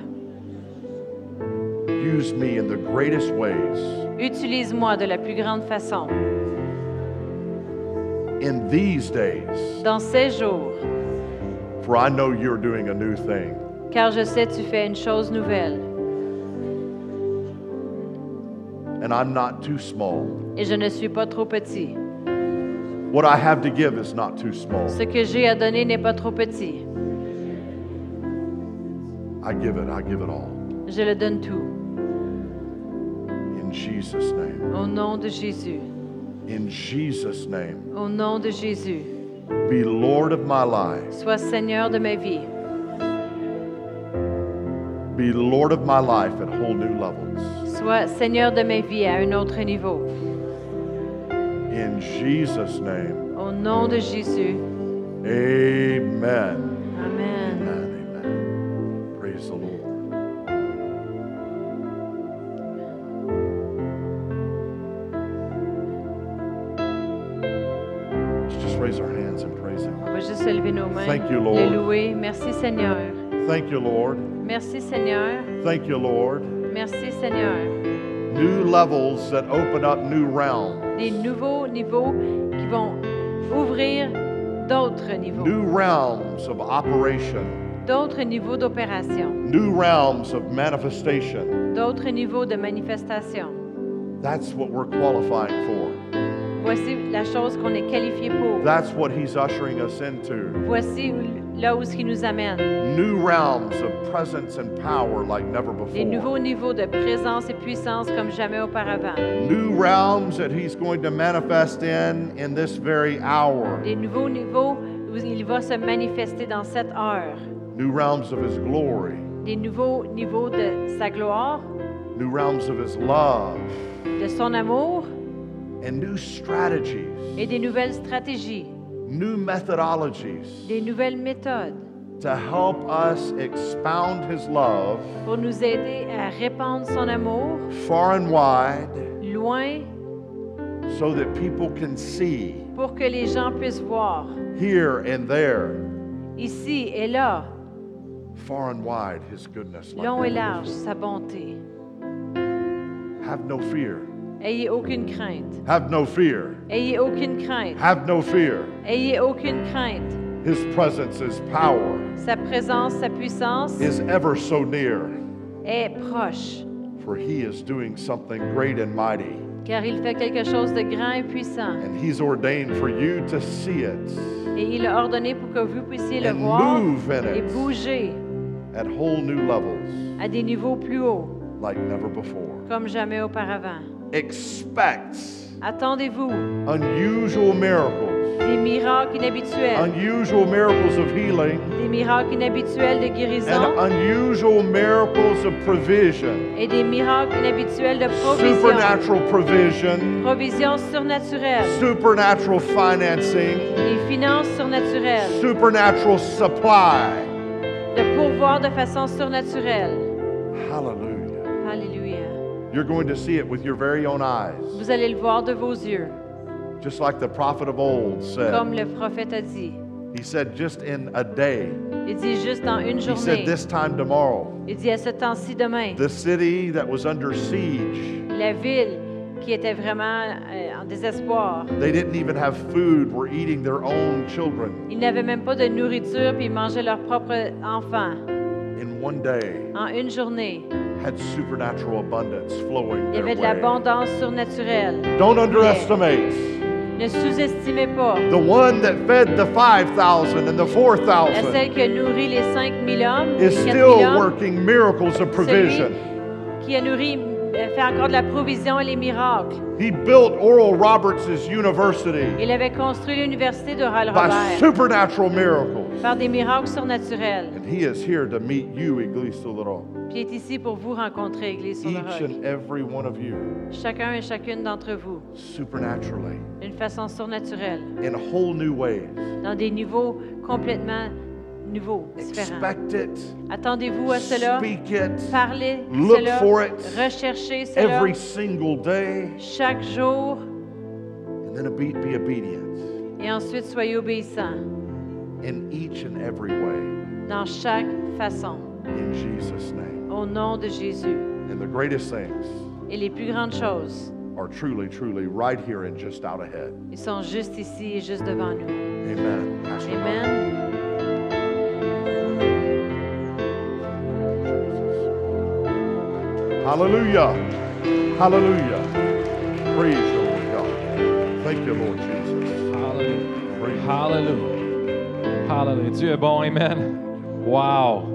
Use me in the greatest ways Utilise-moi de la plus grande façon. in these days, Dans ces jours, for I know you're doing a new thing. car je sais tu fais une chose nouvelle And I'm not too small. et je ne suis pas trop petit. What I have to give is not too small. Ce que j'ai à donner n'est pas trop petit. I give it, I give it all. Je le donne tout. In Jesus' name. Au nom de Jésus. In Jesus' name. Au nom de Jésus. Be Lord of my life. Sois Seigneur de ma vie. Be Lord of my life at whole new levels. Sois Seigneur de ma vie à un autre niveau. In Jesus' name, Au nom de Jésus. amen. Amen. Amen, amen. Praise the Lord. Let's just raise our hands and praise Him. On va juste se lever nos mains. Thank you, Lord. Les louer. Merci Seigneur. Thank you, Lord. Merci Seigneur. Thank you, Lord. Merci Seigneur. New levels that open up new realms. Des nouveaux niveaux qui vont ouvrir d'autres niveaux. New realms of operation. D'autres niveaux d'opération. New realms of manifestation. D'autres niveaux de manifestation. That's what we're qualifying for. Voici la chose qu'on est qualifié pour. That's what He's ushering us into. Voici où- là où ce qui nous amène. New realms of presence and power like never before. Des nouveaux niveaux de présence et puissance comme jamais auparavant. New realms that He's going to manifest in in this very hour. Des nouveaux niveaux où il va se manifester dans cette heure. New realms of His glory. Des nouveaux niveaux de sa gloire, New realms of His love. de son amour And new strategies. et des nouvelles stratégies, new methodologies des nouvelles méthodes to help us expound His love pour nous aider à répandre son amour far and wide loin so that people can see pour que les gens puissent voir here and there, ici et là, far and wide, His goodness. like long et never large, sa bonté. before. Have no fear. Ayez aucune crainte. Have no fear. Ayez aucune crainte. Have no fear. Ayez aucune crainte. His presence, His power Sa présence, sa puissance is ever so near, est proche, for He is doing something great and mighty. car il fait quelque chose de grand et puissant. And He's ordained for you to see it Et il a ordonné pour que vous puissiez le And voir move in et it. bouger at whole new levels à des niveaux plus hauts, like never before. comme jamais auparavant. expects Attendez-vous unusual miracles, des miracles inhabituels, unusual miracles of healing, des miracles inhabituels de and guérison unusual miracles of provision, et des miracles inhabituels de provision, supernatural provision, provision surnaturelle, supernatural financing, des finances surnaturelles, supernatural supply. de pourvoir de façon surnaturelle. Hallelujah. Alléluia. You're going to see it with your very own eyes, Vous allez le voir de vos yeux, just like the prophet of old comme said. le prophète a dit. He said, just in a day. Il dit juste dans une He journée. said, this time tomorrow, Il dit à ce temps-ci demain, the city that was under siege la ville qui était vraiment euh, en désespoir. They didn't even have food, were eating their own children. Ils n'avaient même pas de nourriture, puis ils mangeaient leurs propres enfants. In one day, En une journée, had supernatural abundance flowing il y their avait de way. l'abondance surnaturelle. Don't underestimate Ne sous-estimez pas the one that fed the 5,000 and the la 4,000 celle qui a nourri les 5000 hommes, les is 4000 still hommes, working miracles of celui provision. qui a nourri, euh, fait encore de la provision et les miracles. He built Oral Roberts' university Il avait construit l'université de Royal by Robert supernatural miracles. par des miracles surnaturels. And he is here to meet you, Iglesia Little. Puis il est ici pour vous rencontrer, Église sur le Each roc. and every one of you, Chacun et chacune d'entre vous, supernaturally, d'une façon surnaturelle, in whole new ways. dans des niveaux complètement nouveaux, différents. Expect it. Attendez-vous à cela. Speak it Parlez Look cela. for it. Recherchez cela every single day, chaque jour and then obe- be obedient et ensuite soyez obéissants in each and every way dans chaque façon. in Jesus' name. Au nom de Jésus. And the greatest things Et les plus grandes choses, are truly, truly right here and just out ahead. ils sont juste ici et juste devant nous. Amen. Pastor Don. Amen. Hallelujah. Hallelujah. Praise the Lord God. Thank you, Lord Jesus. Hallelujah. Hallelujah. Hallelujah. Dieu est bon, Amen. Wow.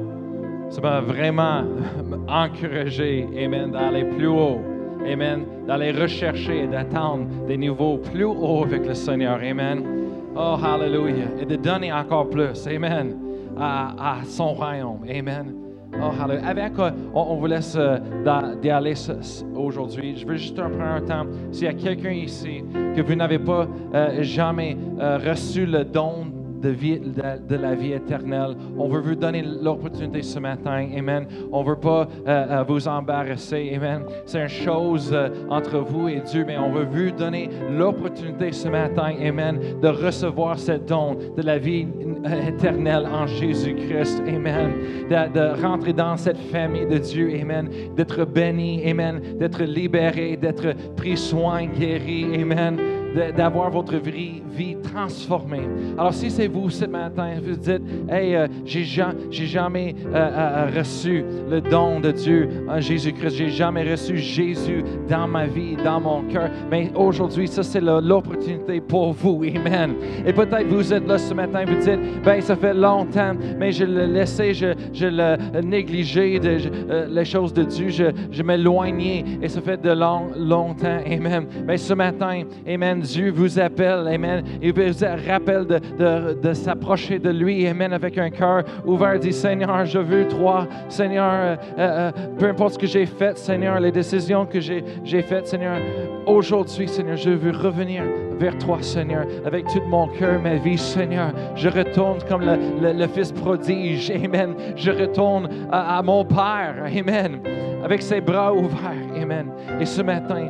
Ça m'a vraiment encouragé, Amen, d'aller plus haut. Amen. D'aller rechercher et d'attendre des niveaux plus hauts avec le Seigneur. Amen. Oh, hallelujah. Et de donner encore plus. Amen. À, à son royaume. Amen. Oh, hallelujah. Avec, euh, on, on vous laisse euh, d'a- d'y aller ce- ce- aujourd'hui. Je veux juste prendre un temps. S'il y a quelqu'un ici que vous n'avez pas euh, jamais euh, reçu le don de, vie- de- de la vie éternelle. On veut vous donner l'opportunité ce matin. Amen. On ne veut pas euh, euh, vous embarrasser. Amen. C'est une chose euh, entre vous et Dieu, mais on veut vous donner l'opportunité ce matin. Amen. De recevoir ce don de la vie euh, éternelle en Jésus-Christ. Amen. De, de rentrer dans cette famille de Dieu. Amen. D'être béni. Amen. D'être libéré. D'être pris soin, guéri. Amen de- d'avoir votre vie, vie transformée. Alors, si c'est vous ce matin, vous dites, Hey, euh, j'ai, ja- j'ai jamais euh, euh, euh, reçu le don de Dieu en Jésus-Christ, j'ai jamais reçu Jésus dans ma vie, dans mon cœur. Mais aujourd'hui, ça, c'est le- l'opportunité pour vous. Amen. Et peut-être vous êtes là ce matin, vous dites, Ben, ça fait longtemps, mais je le laissais, je, je le négligeais, de, je- euh, les choses de Dieu, je, je m'éloignais, et ça fait de long, longtemps. Amen. Mais ce matin, Amen, Dieu vous appelle, Amen. Il vous rappelle de, de- de s'approcher de lui, Amen, avec un cœur ouvert. Dit, Seigneur, je veux toi, Seigneur, euh, euh, euh, peu importe ce que j'ai fait, Seigneur, les décisions que j'ai j'ai faites, Seigneur, aujourd'hui, Seigneur, je veux revenir vers toi, Seigneur, avec tout mon cœur, ma vie, Seigneur. Je retourne comme le, le- le fils prodige, Amen. Je retourne à, à mon Père, Amen, avec ses bras ouverts, Amen. Et ce matin,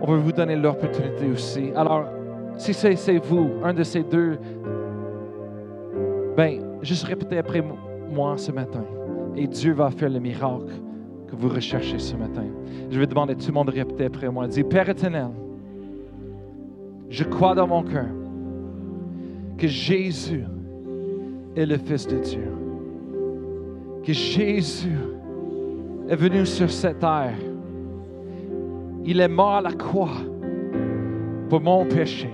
on veut vous donner l'opportunité aussi. Alors, si c'est c'est vous, un de ces deux, ben, juste répétez après mo- moi ce matin. Et Dieu va faire le miracle que vous recherchez ce matin. Je vais demander à tout le monde de répéter après moi. Dis, Père éternel, je crois dans mon cœur que Jésus est le Fils de Dieu. Que Jésus est venu sur cette terre il est mort à la croix pour mon péché.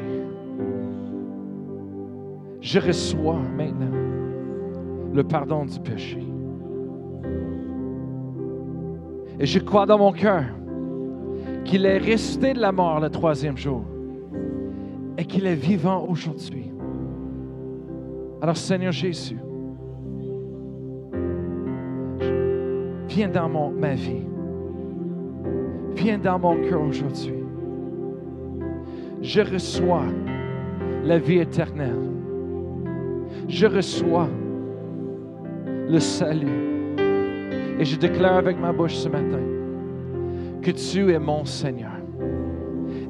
Je reçois maintenant le pardon du péché. Et je crois dans mon cœur qu'il est ressuscité de la mort le troisième jour et qu'il est vivant aujourd'hui. Alors Seigneur Jésus, viens dans mon- ma vie viens dans mon cœur aujourd'hui. Je reçois la vie éternelle. Je reçois le salut. Et je déclare avec ma bouche ce matin que tu es mon Seigneur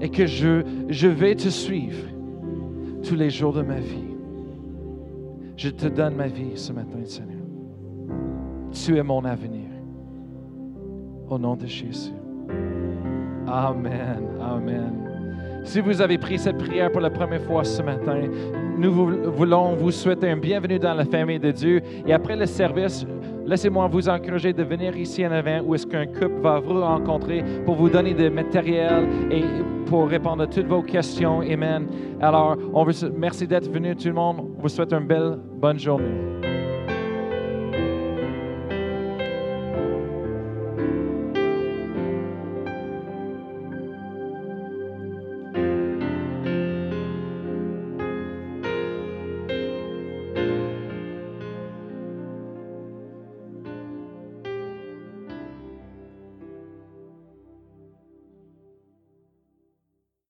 et que je, je vais te suivre tous les jours de ma vie. Je te donne ma vie ce matin, Seigneur. Tu es mon avenir. Au nom de Jésus. Amen. Amen. Si vous avez pris cette prière pour la première fois ce matin, nous vou- voulons vous souhaiter un bienvenue dans la famille de Dieu. Et après le service, laissez-moi vous encourager de venir ici en avant où est-ce qu'un couple va vous rencontrer pour vous donner du matériel et pour répondre à toutes vos questions. Amen. Alors, on vous, merci d'être venu tout le monde. On vous souhaite une belle, bonne journée.